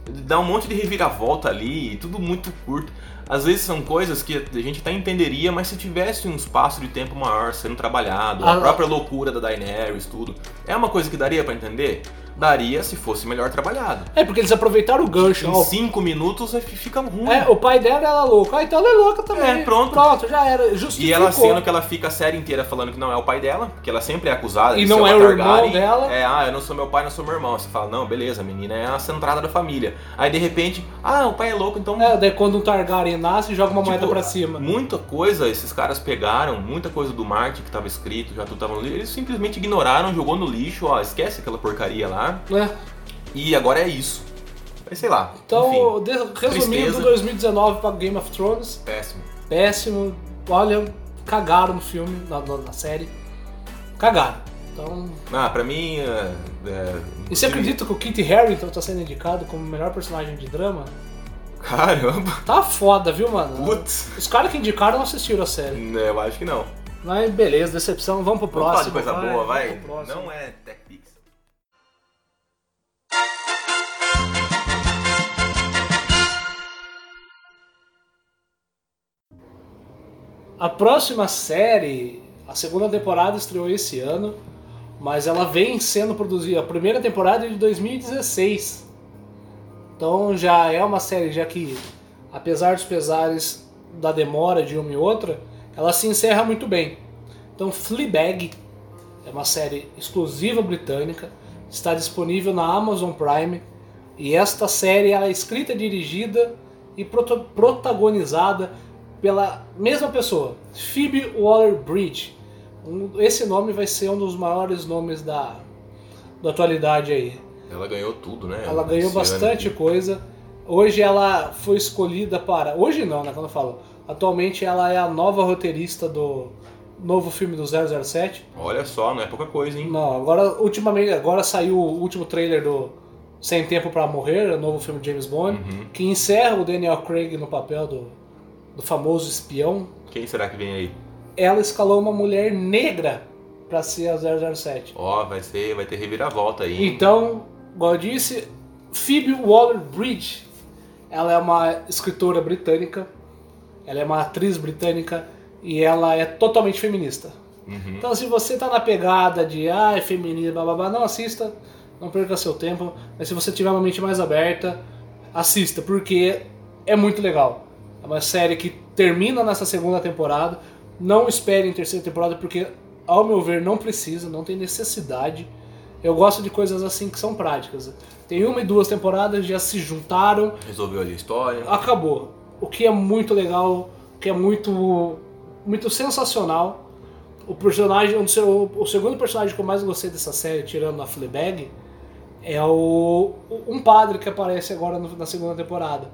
dá um monte de reviravolta ali, e tudo muito curto. Às vezes são coisas que a gente até entenderia, mas se tivesse um espaço de tempo maior sendo trabalhado,
Ah.
a própria loucura da Daenerys, tudo, é uma coisa que daria pra entender? Daria se fosse melhor trabalhado.
É, porque eles aproveitaram o gancho. ó.
Em cinco minutos é- fica ruim.
É, o pai dela era louco. Ah, então ela é louca também.
É, pronto.
Pronto, já era. Justificou.
E ela sendo que ela fica a série inteira falando que não é o pai dela, porque ela sempre é acusada
E
de
não
ser
é
uma
o irmão
Targaryen.
dela.
É, ah, eu não sou meu pai, não sou meu irmão. Você fala, não, beleza, a menina é a centrada da família. Aí de repente, ah, o pai é louco, então.
É, daí quando um Targaryen nasce, joga uma moeda
Tipo,
pra cima.
Muita coisa esses caras pegaram, muita coisa do Marte que tava escrito, já tudo tava no lixo. Eles simplesmente ignoraram, jogou no lixo, ó, esquece aquela porcaria lá.
Né?
E agora é isso. Aí sei lá.
Então,
enfim,
de- resumindo,
tristeza.
2019 pra Game of Thrones,
péssimo.
péssimo. Olha, cagaram no filme, na, na- na série. Cagaram. Então.
Ah, pra mim. é, é,
E você
inclusive-
acredita que o Kit Harington tá sendo indicado como o melhor personagem de drama?
*laughs* Caramba,
Tá foda, viu, mano?
putz.
Os caras que indicaram não assistiram a série.
Não, Eu acho que não.
Mas beleza, decepção, vamos pro
Vamos falar
próximo.
de coisa boa, vai.
vamos pro próximo.
Não é TechPix.
A próxima série, a segunda temporada estreou esse ano, mas ela vem sendo produzida, a primeira temporada é de 2016. Então já é uma série já que, apesar dos pesares da demora de uma e outra, ela se encerra muito bem. Então Fleabag é uma série exclusiva britânica, está disponível na Amazon Prime e esta série ela é escrita, dirigida e proto- protagonizada pela mesma pessoa, Phoebe Waller-Bridge. Um- esse nome vai ser um dos maiores nomes da, da atualidade aí.
Ela ganhou tudo, né?
Ela ganhou
Esse
bastante
ano.
coisa. Hoje ela foi escolhida para. Hoje não, né? Quando eu falo. Atualmente ela é a nova roteirista do novo filme do 007.
Olha só, não é pouca coisa, hein?
Não, agora ultimamente agora saiu o último trailer do Sem Tempo pra Morrer, o novo filme de James Bond,
Uhum.
que encerra o Daniel Craig no papel do, do famoso espião.
Quem será que vem aí?
Ela escalou uma mulher negra pra ser a 007.
Ó, vai ser, vai ter reviravolta aí. hein?
Então, igual eu disse, Phoebe Waller-Bridge, ela é uma escritora britânica, ela é uma atriz britânica e ela é totalmente feminista.
Uhum.
Então, se você tá na pegada de ah, é feminista, blá, blá, blá, não assista, não perca seu tempo. Mas se você tiver uma mente mais aberta, assista, porque é muito legal. É uma série que termina nessa segunda temporada. Não espere em terceira temporada, porque, ao meu ver, não precisa, não tem necessidade. Eu gosto de coisas assim que são práticas. Tem uma e duas temporadas, já se juntaram,
Resolveu ali a história.
acabou. O que é muito legal, o que é muito muito sensacional. O personagem, um dos- o, o segundo personagem que eu mais gostei dessa série, tirando a Fleabag, é o o- um padre que aparece agora no- na segunda temporada.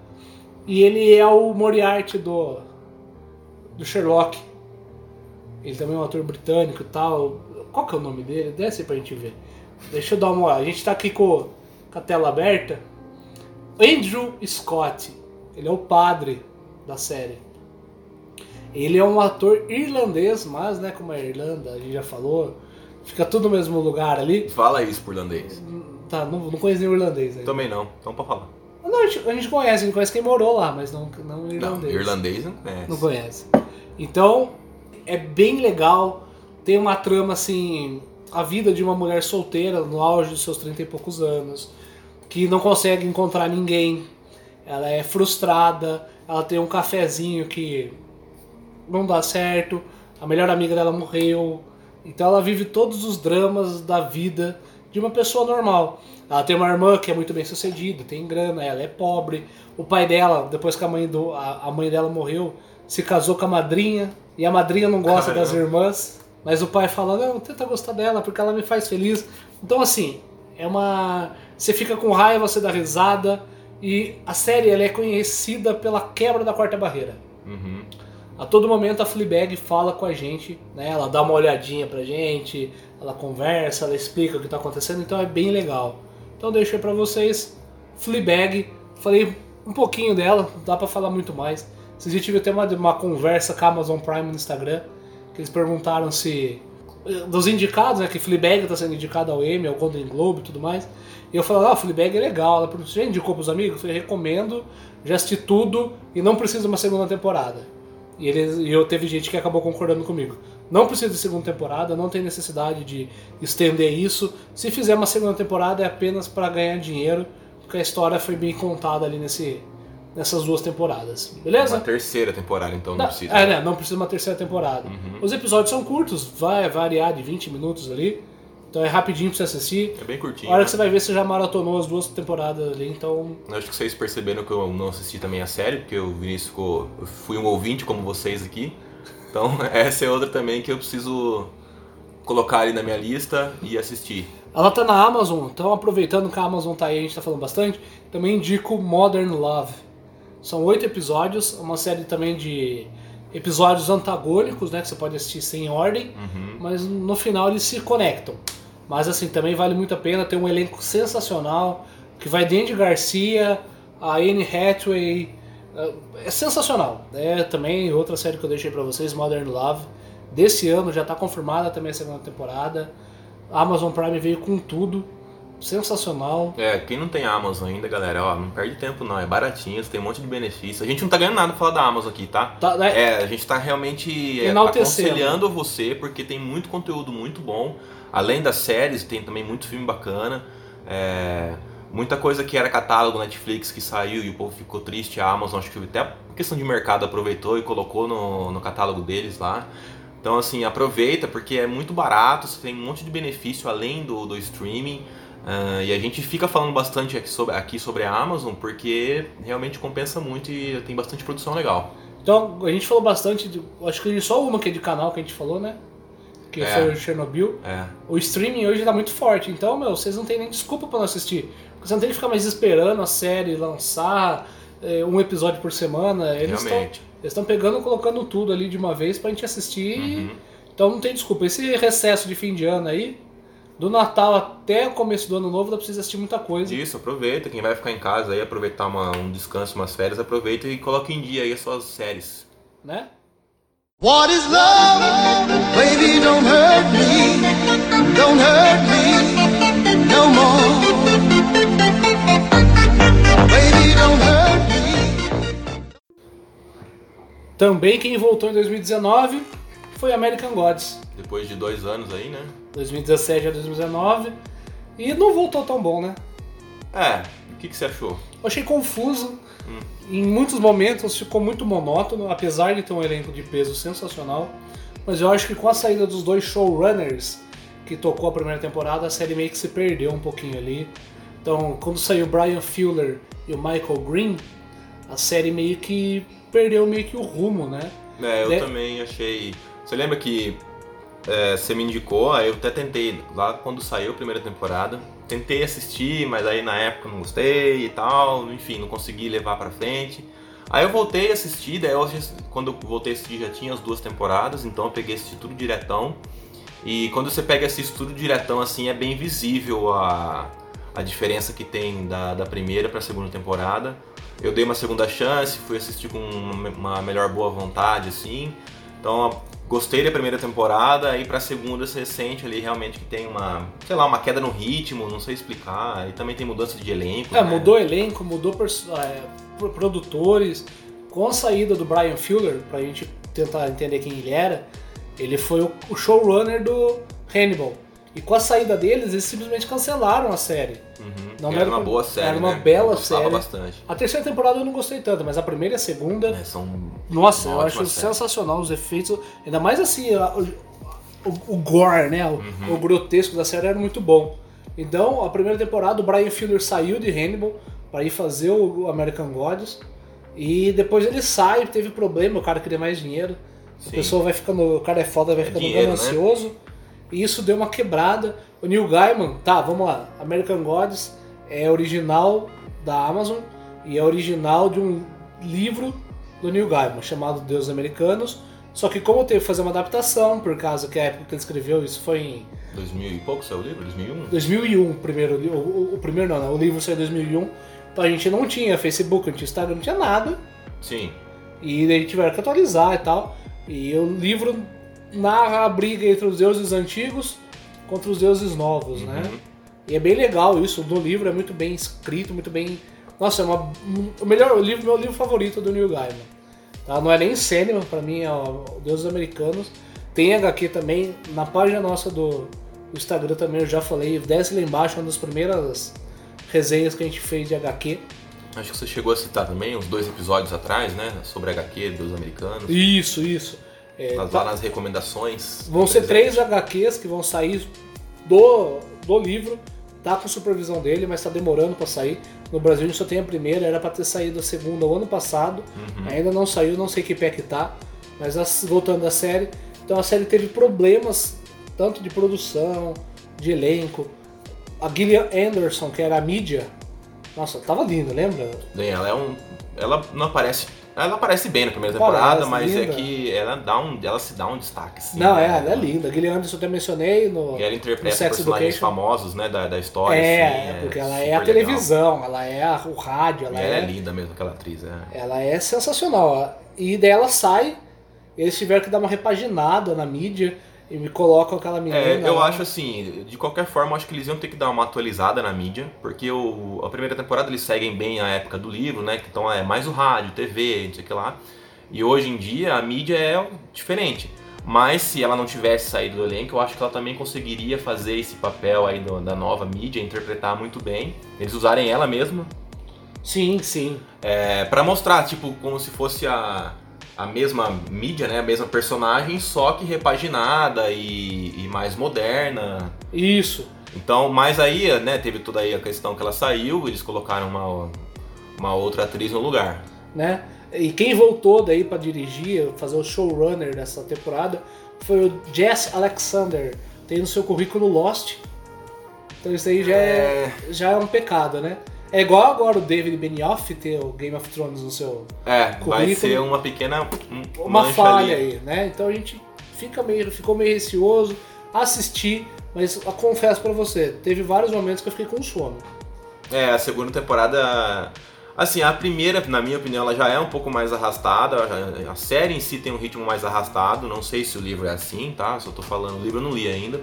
E ele é o Moriarty do do Sherlock. Ele também é um ator britânico e tal. Qual que é o nome dele? Desce aí pra gente ver. Deixa eu dar uma olhada. A gente tá aqui com, com a tela aberta. Andrew Scott. Ele é o padre da série. Ele é um ator irlandês, mas né, como é Irlanda, a gente já falou, fica tudo no mesmo lugar ali.
Fala isso por irlandês.
Tá, não, não conheço nenhum irlandês ainda.
Também não, então pra falar.
Não, a gente, a gente conhece, a gente conhece quem morou lá, mas não, não
Não,
irlandês.
irlandês não conhece.
Não conhece. Então, é bem legal. Tem uma trama assim. A vida de uma mulher solteira no auge dos seus 30 e poucos anos, que não consegue encontrar ninguém. Ela é frustrada, ela tem um cafezinho que não dá certo, a melhor amiga dela morreu. Então ela vive todos os dramas da vida de uma pessoa normal. Ela tem uma irmã que é muito bem sucedida, tem grana, ela é pobre. O pai dela, depois que a mãe, do, a, a mãe dela morreu, se casou com a madrinha. E a madrinha não gosta
Caramba.
das irmãs. Mas o pai fala: Não, tenta gostar dela porque ela me faz feliz. Então, assim, é uma. Você fica com raiva, você dá risada. E a série ela é conhecida pela quebra da quarta barreira.
Uhum.
A todo momento a Fleabag fala com a gente, né? Ela dá uma olhadinha pra gente, ela conversa, ela explica o que tá acontecendo, então é bem legal. Então deixei pra vocês Fleabag, falei um pouquinho dela, não dá pra falar muito mais. Vocês já tive até uma, uma conversa com a Amazon Prime no Instagram, que eles perguntaram se dos indicados, né, que Fleabag tá sendo indicado ao Emmy, ao Golden Globe e tudo mais. E eu falei, ah, Fleabag é legal. Ela perguntou, você já indicou pros amigos? Eu falei, recomendo, já assisti tudo e não precisa de uma segunda temporada. E, eles, e eu teve gente que acabou concordando comigo. Não precisa de segunda temporada, não tem necessidade de estender isso. Se fizer uma segunda temporada é apenas para ganhar dinheiro, porque a história foi bem contada ali nesse, nessas duas temporadas. Beleza?
É Uma terceira temporada, então não,
Não,
precisa. Uhum.
é, né, não precisa de uma terceira temporada. Os episódios são curtos, vai variar de 20 minutos ali. Então é rapidinho pra você assistir.
É bem curtinho.
A hora
né?
que você vai ver, você já maratonou as duas temporadas ali, então.
Eu Acho que vocês perceberam que eu não assisti também a série, porque o Vinícius ficou. Eu fui um ouvinte como vocês aqui. Então, *laughs* essa é outra também que eu preciso colocar ali na minha lista e assistir.
Ela tá na Amazon, então aproveitando que a Amazon tá aí, a gente tá falando bastante, também indico Modern Love. São oito episódios, uma série também de episódios antagônicos, né? Que você pode assistir sem ordem, mas no final eles se conectam. Mas assim, também vale muito a pena, tem um elenco sensacional, que vai de Andy Garcia, a Anne Hathaway. eh, É sensacional. É também outra série que eu deixei pra vocês, Modern Love. Desse ano já tá confirmada também a segunda temporada. A Amazon Prime veio com tudo. Sensacional.
É, quem não tem Amazon ainda, galera, ó, não perde tempo não, é baratinho, você tem um monte de benefício. A gente não tá ganhando nada pra falar da Amazon aqui, tá?
Tá, né?
É, a gente tá realmente é,
Enaltecendo.
aconselhando você, porque tem muito conteúdo muito bom. Além das séries, tem também muito filme bacana. É, muita coisa que era catálogo Netflix que saiu e o povo ficou triste. A Amazon, acho que até por questão de mercado, aproveitou e colocou no, no catálogo deles lá. Então, assim, aproveita, porque é muito barato, você tem um monte de benefício além do, do streaming. Ah, e a gente fica falando bastante aqui sobre, aqui sobre a Amazon, porque realmente compensa muito e tem bastante produção legal.
Então, a gente falou bastante. De, acho que só uma que é de canal que a gente falou, né? Que
É.
foi o Chernobyl.
É.
O streaming hoje tá muito forte, então, meu, vocês não tem nem desculpa pra não assistir. Porque você não tem que ficar mais esperando a série lançar eh, um episódio por semana. Eles estão
Realmente.
pegando e colocando tudo ali de uma vez pra gente assistir.
Uhum.
Então não tem desculpa. Esse recesso de fim de ano aí, do Natal até o começo do ano novo, dá pra vocês assistir muita coisa.
Isso, aproveita. Quem vai ficar em casa aí, aproveitar uma- um descanso, umas férias, aproveita e coloca em dia aí as suas séries.
né?
What is love? Baby, don't hurt me. Don't hurt me no more. Baby, don't hurt me.
Também quem voltou em 2019 foi American Gods.
Depois de dois anos aí, né?
2017 a 2019. E não voltou tão bom, né?
É, o que, que você achou?
Eu achei confuso. Em muitos momentos ficou muito monótono, apesar de ter um elenco de peso sensacional. Mas eu acho que com a saída dos dois showrunners que tocou a primeira temporada, a série meio que se perdeu um pouquinho ali. Então, quando saiu o Brian Fuller e o Michael Green, a série meio que perdeu meio que o rumo, né?
É, eu
Né?
também achei. Você lembra que é, você me indicou, aí eu até tentei, lá quando saiu a primeira temporada, tentei assistir, mas aí na época eu não gostei e tal, enfim, não consegui levar pra frente. Aí eu voltei a assistir, daí eu, já- quando eu voltei a assistir já tinha as duas temporadas, então eu peguei esse tudo diretão. E quando você pega esse tudo diretão, assim, é bem visível a, a diferença que tem da, da primeira pra segunda temporada. Eu dei uma segunda chance, fui assistir com uma uma melhor boa vontade, assim. Então, gostei da primeira temporada, e pra segunda você sente ali realmente que tem uma, sei lá, uma queda no ritmo, não sei explicar. E também tem mudança de elenco.
É,
né?
mudou elenco, mudou perso- é, pro- produtores. Com a saída do Brian Fuller, pra gente tentar entender quem ele era, ele foi o o showrunner do Hannibal. E com a saída deles, eles simplesmente cancelaram a série.
Uhum.
Não
era
era
uma
pro-
boa série.
era uma
né?
bela
eu gostava
série.
bastante.
A terceira temporada eu não gostei tanto, mas a primeira e a segunda.
É, são
Nossa,
uma
eu
ótima
acho
série.
sensacional os efeitos. Ainda mais assim, a- o, o- o gore, né? O,
Uhum.
o grotesco da série era muito bom. Então, a primeira temporada, o Brian Fuller saiu de Hannibal para ir fazer o American Gods. E depois ele sai, teve problema, o cara queria mais dinheiro.
Sim.
A pessoa vai ficando. O cara é foda, vai ficando
dinheiro, né?
ganancioso. E isso deu uma quebrada. O Neil Gaiman, tá, vamos lá. American Gods é original da Amazon e é original de um livro do Neil Gaiman chamado Deuses Americanos. Só que como teve que fazer uma adaptação, por causa que a época que ele escreveu isso foi em
2000 e um? pouco saiu o livro? 2001?
2001, o primeiro, li- o, o- o primeiro não, né? o livro saiu em 2001. Então a gente não tinha Facebook, não tinha Instagram, não tinha nada.
Sim.
E daí tiveram que atualizar e tal. E o livro narra a briga entre os deuses antigos contra os deuses novos, né? E é bem legal isso. No livro é muito bem escrito, muito bem. Nossa, é uma... o melhor o livro, meu livro favorito do Neil Gaiman. Tá? Não é nem cinema, pra mim é o o Deuses Americanos. Tem HQ também, na página nossa do do Instagram também eu já falei. Desce lá embaixo, uma das primeiras resenhas que a gente fez de HQ.
Acho que você chegou a citar também, uns dois episódios atrás, né? Sobre HQ dos americanos.
Isso, isso. É,
Tá
tá-
lá nas recomendações.
Vão ser três HQs que vão sair do, do livro, tá com supervisão dele, mas tá demorando pra sair. No Brasil a gente só tem a primeira, era pra ter saído a segunda o ano passado,
Uhum.
ainda não saiu, não sei que pé que tá. Mas as- voltando à série, então a série teve problemas tanto de produção, de elenco. A Gillian Anderson, que era a mídia, nossa, tava linda, lembra?
Bem, ela é um. Ela não aparece. Ela aparece bem na primeira
Parece,
temporada, mas
linda.
é que ela, dá um, ela se dá um destaque. assim,
não, é,
né?
ela é linda. A Gillian Anderson eu até mencionei no.
E ela interpreta
No Sex
personagens
Education.
famosos, né? Da, da história.
é,
assim,
é, porque ela é a
super legal.
televisão, ela é a- o rádio,
E
ela
Ela é...
é
linda mesmo, aquela atriz. É.
Ela é sensacional. ó. E daí ela sai, eles tiveram que dar uma repaginada na mídia e me colocam aquela menina.
É, eu
lá.
acho assim, de qualquer forma, eu acho que eles iam ter que dar uma atualizada na mídia, porque o, a primeira temporada eles seguem bem a época do livro, né? que Então é mais o rádio, TV, não sei o que lá. E hoje em dia a mídia é diferente. Mas se ela não tivesse saído do elenco, eu acho que ela também conseguiria fazer esse papel aí do- da nova mídia, interpretar muito bem. Eles usarem ela mesma assim.
Sim, sim.
é, para mostrar, tipo, como se fosse a, a mesma mídia, né? A mesma personagem, só que repaginada e- e mais moderna.
Isso.
Então, mas aí, né, teve toda aí a questão que ela saiu, eles colocaram uma, uma outra atriz no lugar.
né? E quem voltou daí para dirigir, fazer o showrunner dessa temporada, foi o Jess Alexander. Tem no seu currículo Lost. Então isso aí já é, já é um pecado, né? É igual agora o David Benioff ter o Game of Thrones no seu
É, vai
Currículo.
ser uma pequena um,
uma
mancha
falha
ali.
aí, né? Então a gente fica meio, ficou meio receoso, assisti, mas eu confesso pra você, teve vários momentos que eu fiquei com sono.
É, a segunda temporada. Assim, a primeira, na minha opinião, ela já é um pouco mais arrastada. a- A série em si tem um ritmo mais arrastado. Não sei se o livro é assim, tá? Só tô falando, o livro eu não li ainda.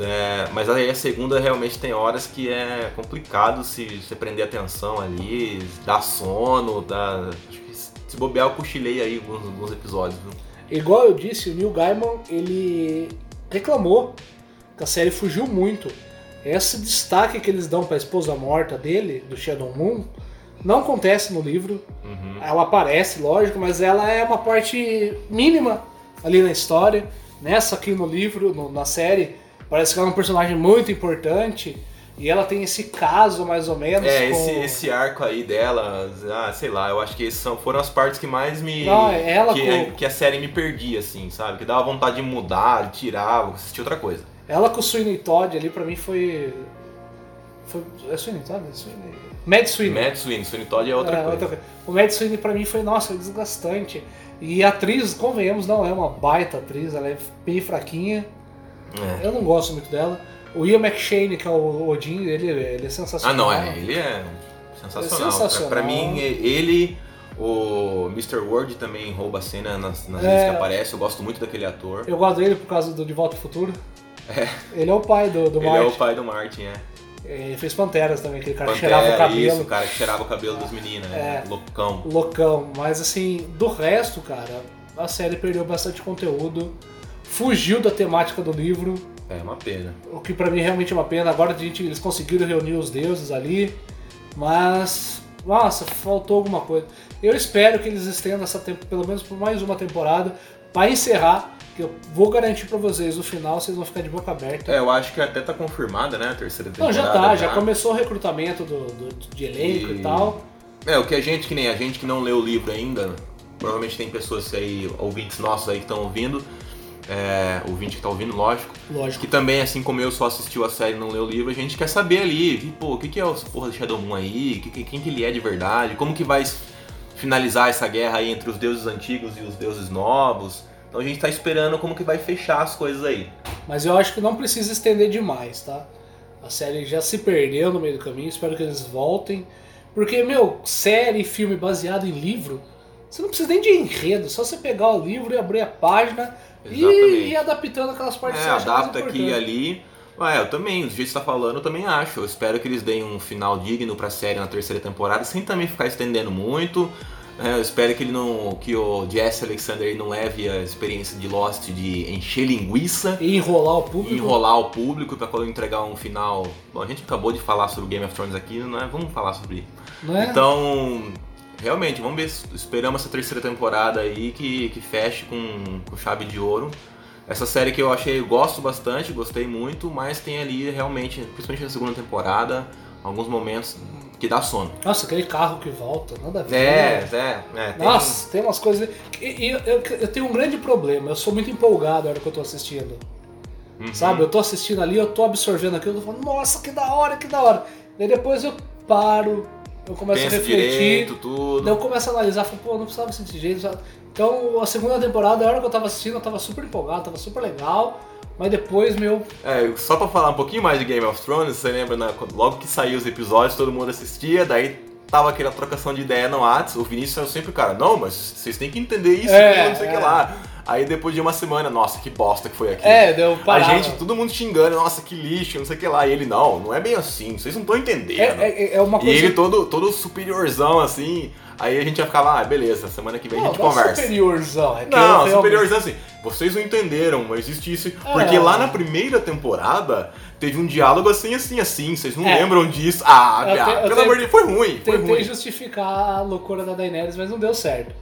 É, mas aí a segunda realmente tem horas que é complicado se você prender atenção ali, dá sono, dá. Acho que se bobear, eu cochilei aí alguns, alguns episódios. viu?
Igual eu disse, o Neil Gaiman, ele reclamou que a série fugiu muito. Esse destaque que eles dão pra esposa morta dele, do Shadow Moon, não acontece no livro.
Uhum.
Ela aparece, lógico, mas ela é uma parte mínima ali na né? história. Nessa aqui no livro, no- na série, parece que ela é um personagem muito importante. E ela tem esse caso, mais ou menos.
É,
com...
esse, esse arco aí dela, ah, sei lá, eu acho que esses são, foram as partes que mais me.
Não, é ela
que,
com-
que a série me perdia, assim, sabe? Que dava vontade de mudar, de tirar, assistir outra coisa.
Ela com o Sweeney Todd ali, pra mim, foi. foi... É Sweeney Todd? É Sweeney... Mad Sweeney.
Matt Sweeney, Sweeney Todd é outra
É,
coisa.
O Mad Sweeney pra mim foi, nossa, desgastante. E a atriz, convenhamos, não é uma baita atriz, ela é bem fraquinha.
É.
Eu não gosto muito dela. O Ian McShane, que é o Odin, ele, ele é
Ah,
sensacional.
não, é, ele é sensacional.
É sensacional.
Pra, pra mim, é- ele, o Mr. Ward também rouba a cena nas, nas
É.
vezes que aparece. Eu gosto muito daquele ator.
Eu gosto dele por causa do De Volta ao Futuro. Ele é o pai do, do
Ele é
Marty.
o pai do Martin, é.
Ele fez Panteras também, aquele cara que
Pantera,
cheirava o cabelo.
isso, o cara que cheirava o cabelo dos meninos, é. loucão.
loucão. Mas assim, do resto, cara, a série perdeu bastante conteúdo. Fugiu da temática do livro.
É uma pena.
O que pra mim realmente é uma pena. Agora a gente, eles conseguiram reunir os deuses ali, mas nossa, faltou alguma coisa. Eu espero que eles estendam essa tempo pelo menos por mais uma temporada pra encerrar. Que eu vou garantir pra vocês, no final vocês vão ficar de boca aberta.
É, eu acho que até tá confirmada, né, a terceira
Não, já
temporada.
tá, já começou o recrutamento do, do- de elenco e,
E-
tal.
É, o que a gente, que nem a gente que não leu o livro ainda, provavelmente tem pessoas aí, ouvintes nossos aí que estão ouvindo, é, ouvinte que tá ouvindo, lógico,
Lógico.
que também, assim como eu só assistiu a série e não leu o livro, a gente quer saber ali, que, pô, o que, que é essa porra do Shadow Moon aí, que, que- quem que ele é de verdade, como que vai s- finalizar essa guerra aí entre os deuses antigos e os deuses novos. Então a gente tá esperando como que vai fechar as coisas aí.
Mas eu acho que não precisa estender demais, tá? A série já se perdeu no meio do caminho, espero que eles voltem. Porque, meu, série, filme baseado em livro, você não precisa nem de enredo, só você pegar o livro e abrir a página e
Exatamente.
ir adaptando aquelas partes
É,
que você acha mais
adapta aqui e
importante.
ali. Ué, eu também, do jeito que você tá falando, eu também acho. Eu espero que eles deem um final digno pra série na terceira temporada, sem também ficar estendendo muito. É, eu espero que ele não. que o Jesse Alexander ele não leve a experiência de Lost de encher linguiça
E enrolar o
e
público.
enrolar o público pra quando entregar um final. Bom, a gente acabou de falar sobre Game of Thrones aqui, não é? Vamos falar sobre.
Né?
Então. Realmente, vamos ver. Esperamos essa terceira temporada aí que, que feche com, com chave de ouro. Essa série que eu achei, eu gosto bastante, gostei muito, mas tem ali realmente, principalmente na segunda temporada, alguns momentos que dá sono.
Nossa, aquele carro que volta, nada a ver.
É,
né?
é, é. Tem,
Nossa, tem umas coisas. E- e Eu, eu- eu tenho um grande problema, eu sou muito empolgado na hora que eu tô assistindo.
Uhum.
Sabe? Eu tô assistindo ali, eu tô absorvendo aquilo, eu tô falando, nossa, que da hora, que da hora. Daí depois eu paro, eu começo
pensa
a refletir,
direito,
daí
tudo.
eu começo a analisar, falo, pô, não precisava ser desse jeito. sabe? Então a segunda temporada, a hora que eu tava assistindo, eu tava super empolgado, tava super legal. Mas depois, meu,
É, só pra falar um pouquinho mais de Game of Thrones, você lembra, na- quando- logo que saiu os episódios, todo mundo assistia, daí tava aquela trocação de ideia no Whats, o Vinícius era sempre o cara, não, mas vocês têm que entender isso,
É,
não sei o
é.
que lá. Aí depois de uma semana, nossa, que bosta que foi aquilo.
é, deu
A
parado.
gente, todo mundo xingando, nossa, que lixo, não sei o que lá. E ele, não, não é bem assim, vocês não estão entendendo.
é, é, é uma
né? e
coisa.
ele todo, todo superiorzão, assim. Aí a gente ia ficava, ah, beleza, semana que vem a
não,
gente
não é
conversa.
superiorzão. É que eu
Não,
realmente-
superiorzão assim, vocês não entenderam, mas existe isso. Porque
É.
lá na primeira temporada teve um diálogo assim, assim, assim, vocês não
É.
lembram disso. Ah,
Eu
viado,
te- eu
pelo
te-
amor de Deus, foi ruim, foi
Tentei
ruim.
justificar a loucura da Daenerys, mas não deu certo.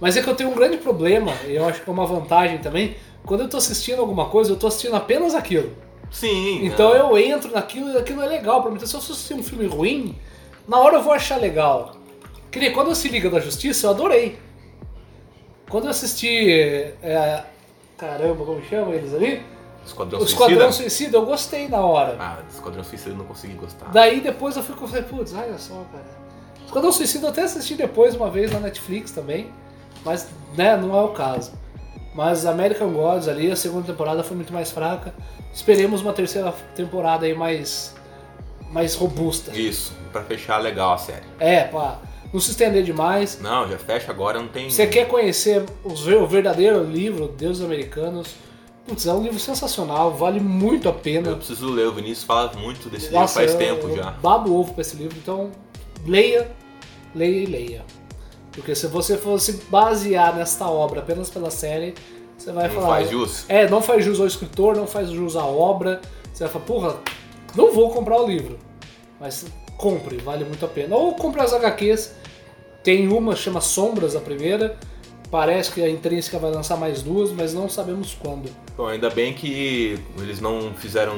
Mas é que eu tenho um grande problema, e eu acho que é uma vantagem também. Quando eu tô assistindo alguma coisa, eu tô assistindo apenas aquilo.
Sim.
Então
é.
eu entro naquilo e aquilo é legal pra mim. Então, se eu assistir um filme ruim, na hora eu vou achar legal. Que nem quando eu assisti Liga da Justiça, eu adorei. Quando eu assisti. é, caramba, como chama eles ali?
é. Esquadrão
O Esquadrão
Suicida.
Suicida, eu gostei na hora.
Ah, Esquadrão Suicida eu não consegui gostar.
Daí depois eu fui falei, putz, olha só, cara. Esquadrão Suicida eu até assisti depois uma vez na Netflix também, mas né, não é o caso. Mas American Gods ali, a segunda temporada foi muito mais fraca. Esperemos uma terceira temporada aí mais mais robusta.
Isso, pra fechar legal a série.
É, pra não se estender demais.
Não, já fecha agora, não tem.
Você quer conhecer os ver- o verdadeiro livro Deuses Americanos? Putz, é um livro sensacional, vale muito a pena.
Eu preciso ler, o Vinícius fala muito desse livro
Nossa,
faz
eu-
tempo
eu
já.
Babo ovo pra esse livro, então leia, leia e leia. Porque se você fosse basear nesta obra apenas pela série, você vai
Não
falar.
faz jus?
É, não faz jus ao escritor, não faz jus à obra. Você vai falar, porra, não vou comprar o livro. Mas compre, vale muito a pena. Ou compre as HQs. Tem uma, chama Sombras, a primeira. Parece que a Intrínseca vai lançar mais duas, mas não sabemos quando.
Bom, ainda bem que eles não fizeram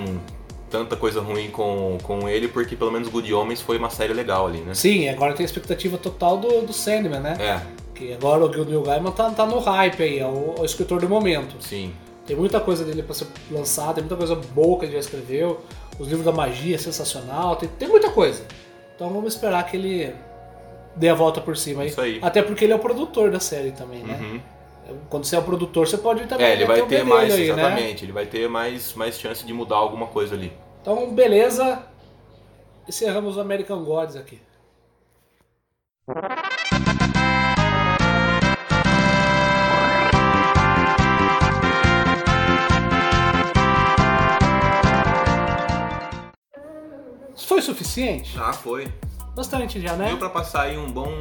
tanta coisa ruim com, com ele, porque pelo menos Good Homens foi uma série legal ali, né?
Sim, e agora tem a expectativa total do, do Sandman, né?
É,
Que agora o Neil Gaiman tá, tá no hype aí, é o, é o escritor do momento.
sim.
Tem muita coisa dele pra ser lançada, tem muita coisa boa que ele já escreveu. Os livros da magia é sensacional, tem, tem muita coisa. Então vamos esperar que ele dê a volta por cima aí.
Isso aí.
Até porque ele é o produtor da série também, né?
Uhum.
Quando você é o produtor, você pode também
É, ele vai
meter o
ter
bedelho
mais,
aí, né?
exatamente, ele vai ter mais, mais chance de mudar alguma coisa ali.
Então, beleza. Encerramos o American Gods aqui. Foi suficiente?
Ah, foi.
Bastante já,
Deu
né?
pra passar aí um bom.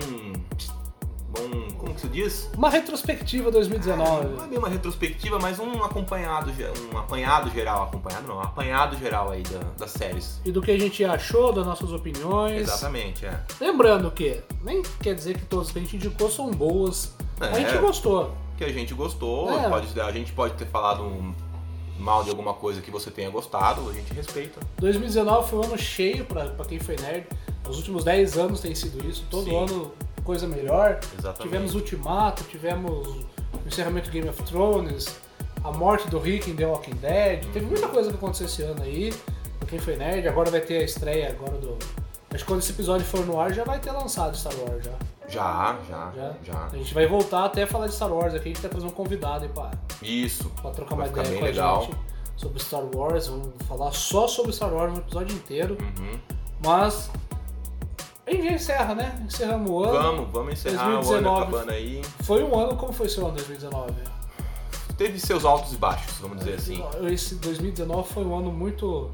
bom. como que se diz?
Uma retrospectiva
Não é
2019.
bem uma retrospectiva, mas um acompanhado, ge- um apanhado geral, acompanhado não, um apanhado geral aí da- das séries.
E do que a gente achou, das nossas opiniões.
Exatamente, é.
Lembrando que nem quer dizer que todas que a gente indicou são boas.
É.
A gente gostou.
Que a gente gostou,
É.
pode- a gente pode ter falado um- mal de alguma coisa que você tenha gostado, a gente respeita.
2019 foi um ano cheio pra, pra quem foi nerd. Os últimos 10 anos tem sido isso. Todo
Sim.
ano coisa melhor.
Exatamente.
Tivemos Ultimato, tivemos o encerramento do Game of Thrones, a morte do Rick em The Walking Dead.
Uhum.
Teve muita coisa que aconteceu esse ano aí. Pra quem foi nerd, agora vai ter a estreia agora do. Acho que quando esse episódio for no ar já vai ter lançado Star Wars já.
Já, já,
já.
Ah, já.
A gente vai voltar até falar de Star Wars aqui, a gente vai trazer um convidado aí pra,
Isso.
pra trocar uma
Vai ficar
ideia
bem
com a
legal.
gente sobre Star Wars. Vamos falar só sobre Star Wars no episódio inteiro.
Uhum.
Mas a gente já encerra, né? Encerramos o ano.
Vamos, vamos encerrar o ano tá
2019.
acabando aí.
Foi um ano, como foi seu ano 2019?
Teve seus altos e baixos, vamos dizer assim.
Esse 2019 foi um ano muito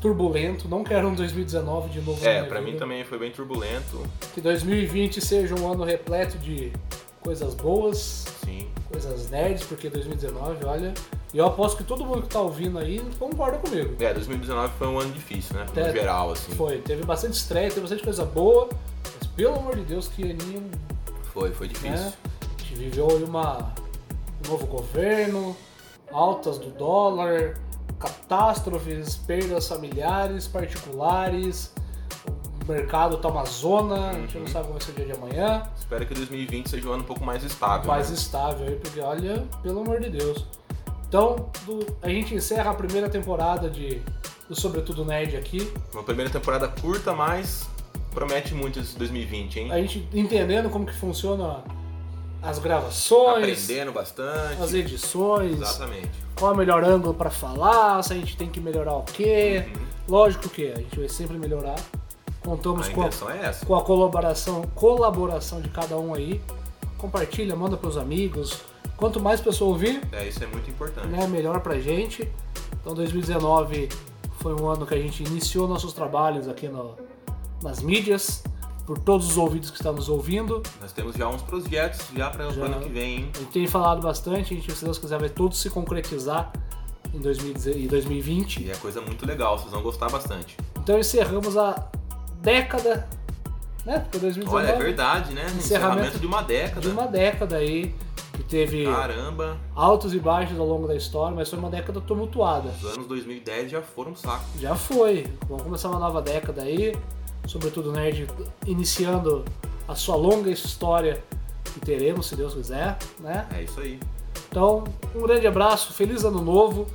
turbulento. Não quero um 2019 de novo. na
É,
minha
pra mim
vida.
também foi bem turbulento,
Que 2020 seja um ano repleto de coisas boas,
sim.
coisas nerds, porque 2019, olha. E eu aposto que todo mundo que tá ouvindo aí concorda comigo.
É, 2019 foi um ano difícil, né?
É.
No geral, assim.
Foi, teve bastante estreia, teve bastante coisa boa, mas pelo amor de Deus, que aninho
Foi, foi
né?
difícil.
A gente viveu aí uma, um novo governo, altas do dólar, catástrofes, perdas familiares, particulares, o mercado tá uma zona, a gente não sabe como vai ser o dia de amanhã,
Espero que 2020 seja um ano um pouco mais estável.
mais
né?
estável aí, porque olha, pelo amor de Deus. Então, do- a gente encerra a primeira temporada de do Sobretudo Nerd aqui.
Uma primeira temporada curta, mas promete muito esse 2020, hein?
A gente entendendo como que funciona as gravações,
Aprendendo bastante.
as edições,
Exatamente.
qual é o melhor ângulo pra falar, se a gente tem que melhorar o quê. Lógico que a gente vai sempre melhorar. Contamos
A
com a,
intenção é essa.
com a colaboração, colaboração de cada um aí. Compartilha, manda pros amigos. Quanto mais pessoa ouvir,
É, isso é muito importante.
né, melhor pra gente. Então 2019 foi um ano que a gente iniciou nossos trabalhos aqui no- nas mídias, por todos os ouvidos que estão nos ouvindo.
Nós temos já uns projetos já para o
Já.
ano que vem, hein?
A gente tem falado bastante, a gente, se Deus quiser, vai tudo se concretizar em 2020.
E é coisa muito legal, vocês vão gostar bastante.
Então encerramos a década, né? Porque 2019
Olha, é verdade, né?
Encerramento
Encerramento de uma década.
de uma década aí que teve
Caramba,
altos e baixos ao longo da história, mas foi uma década tumultuada.
os anos 2010 já foram um saco.
Já foi. Vamos começar uma nova década aí, sobretudo o nerd iniciando a sua longa história que teremos, se Deus quiser, né?
É isso aí.
Então, um grande abraço, feliz ano novo.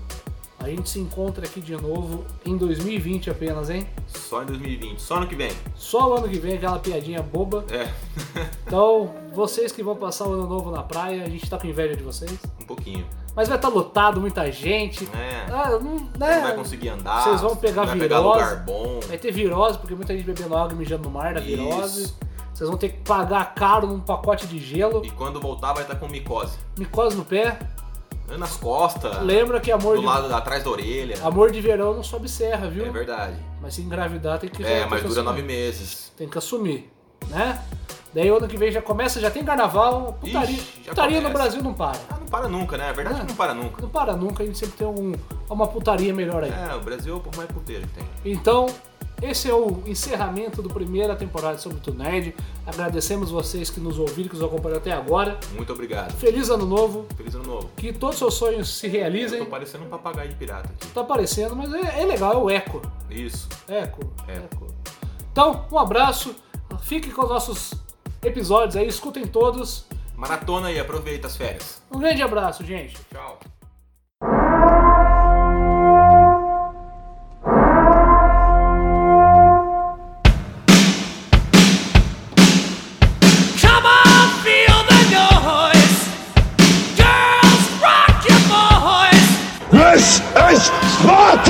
A gente se encontra aqui de novo em 2020 apenas, hein?
Só em 2020, só ano que vem.
Só o ano que vem aquela piadinha boba.
É,
Então, vocês que vão passar o ano novo na praia, a gente tá com inveja de vocês.
um pouquinho.
Mas vai estar lotado, muita gente.
É.
Ah, não,
Você
né?
não vai conseguir andar.
Vocês vão
você
pegar
não vai pegar
virose.
lugar bom.
Vai ter virose, porque muita gente bebendo água e mijando no mar da virose.
Isso.
Vocês vão ter que pagar caro num pacote de gelo,
E quando voltar vai estar com micose. Né,
micose no pé.
Nas costas,
Lembra que amor
Tá. do
de,
lado atrás da orelha.
amor de verão não sobe serra, viu?
É verdade.
mas se engravidar tem que
É,
tem
mas
que
dura
assumir.
nove meses.
Tem que assumir, né? Daí ano que vem já começa, já tem carnaval, putaria.
Ixi, já
putaria no
começa.
Brasil não para.
Ah, não para nunca, né? A verdade é que não para nunca.
Não para nunca, a gente sempre tem um, uma putaria melhor aí.
É, o Brasil é o povo mais puteiro que tem.
Então, Esse é o encerramento do primeira temporada de Sobre Tudo Nerd. Agradecemos vocês que nos ouviram, que nos acompanharam até agora.
Muito obrigado.
Feliz ano novo,
Feliz ano novo.
que todos os seus sonhos se
Eu
realizem.
tô parecendo um papagaio de pirata aqui.
Tá aparecendo, mas é, é legal, é o eco.
Isso.
Eco,
Eco.
eco. Então, um abraço, fiquem com os nossos episódios aí, escutem todos.
Maratona aí, aproveita as férias.
Um grande abraço, gente.
Tchau.
Come on, feel the noise. Girls, rock your boys.
This is Sparta!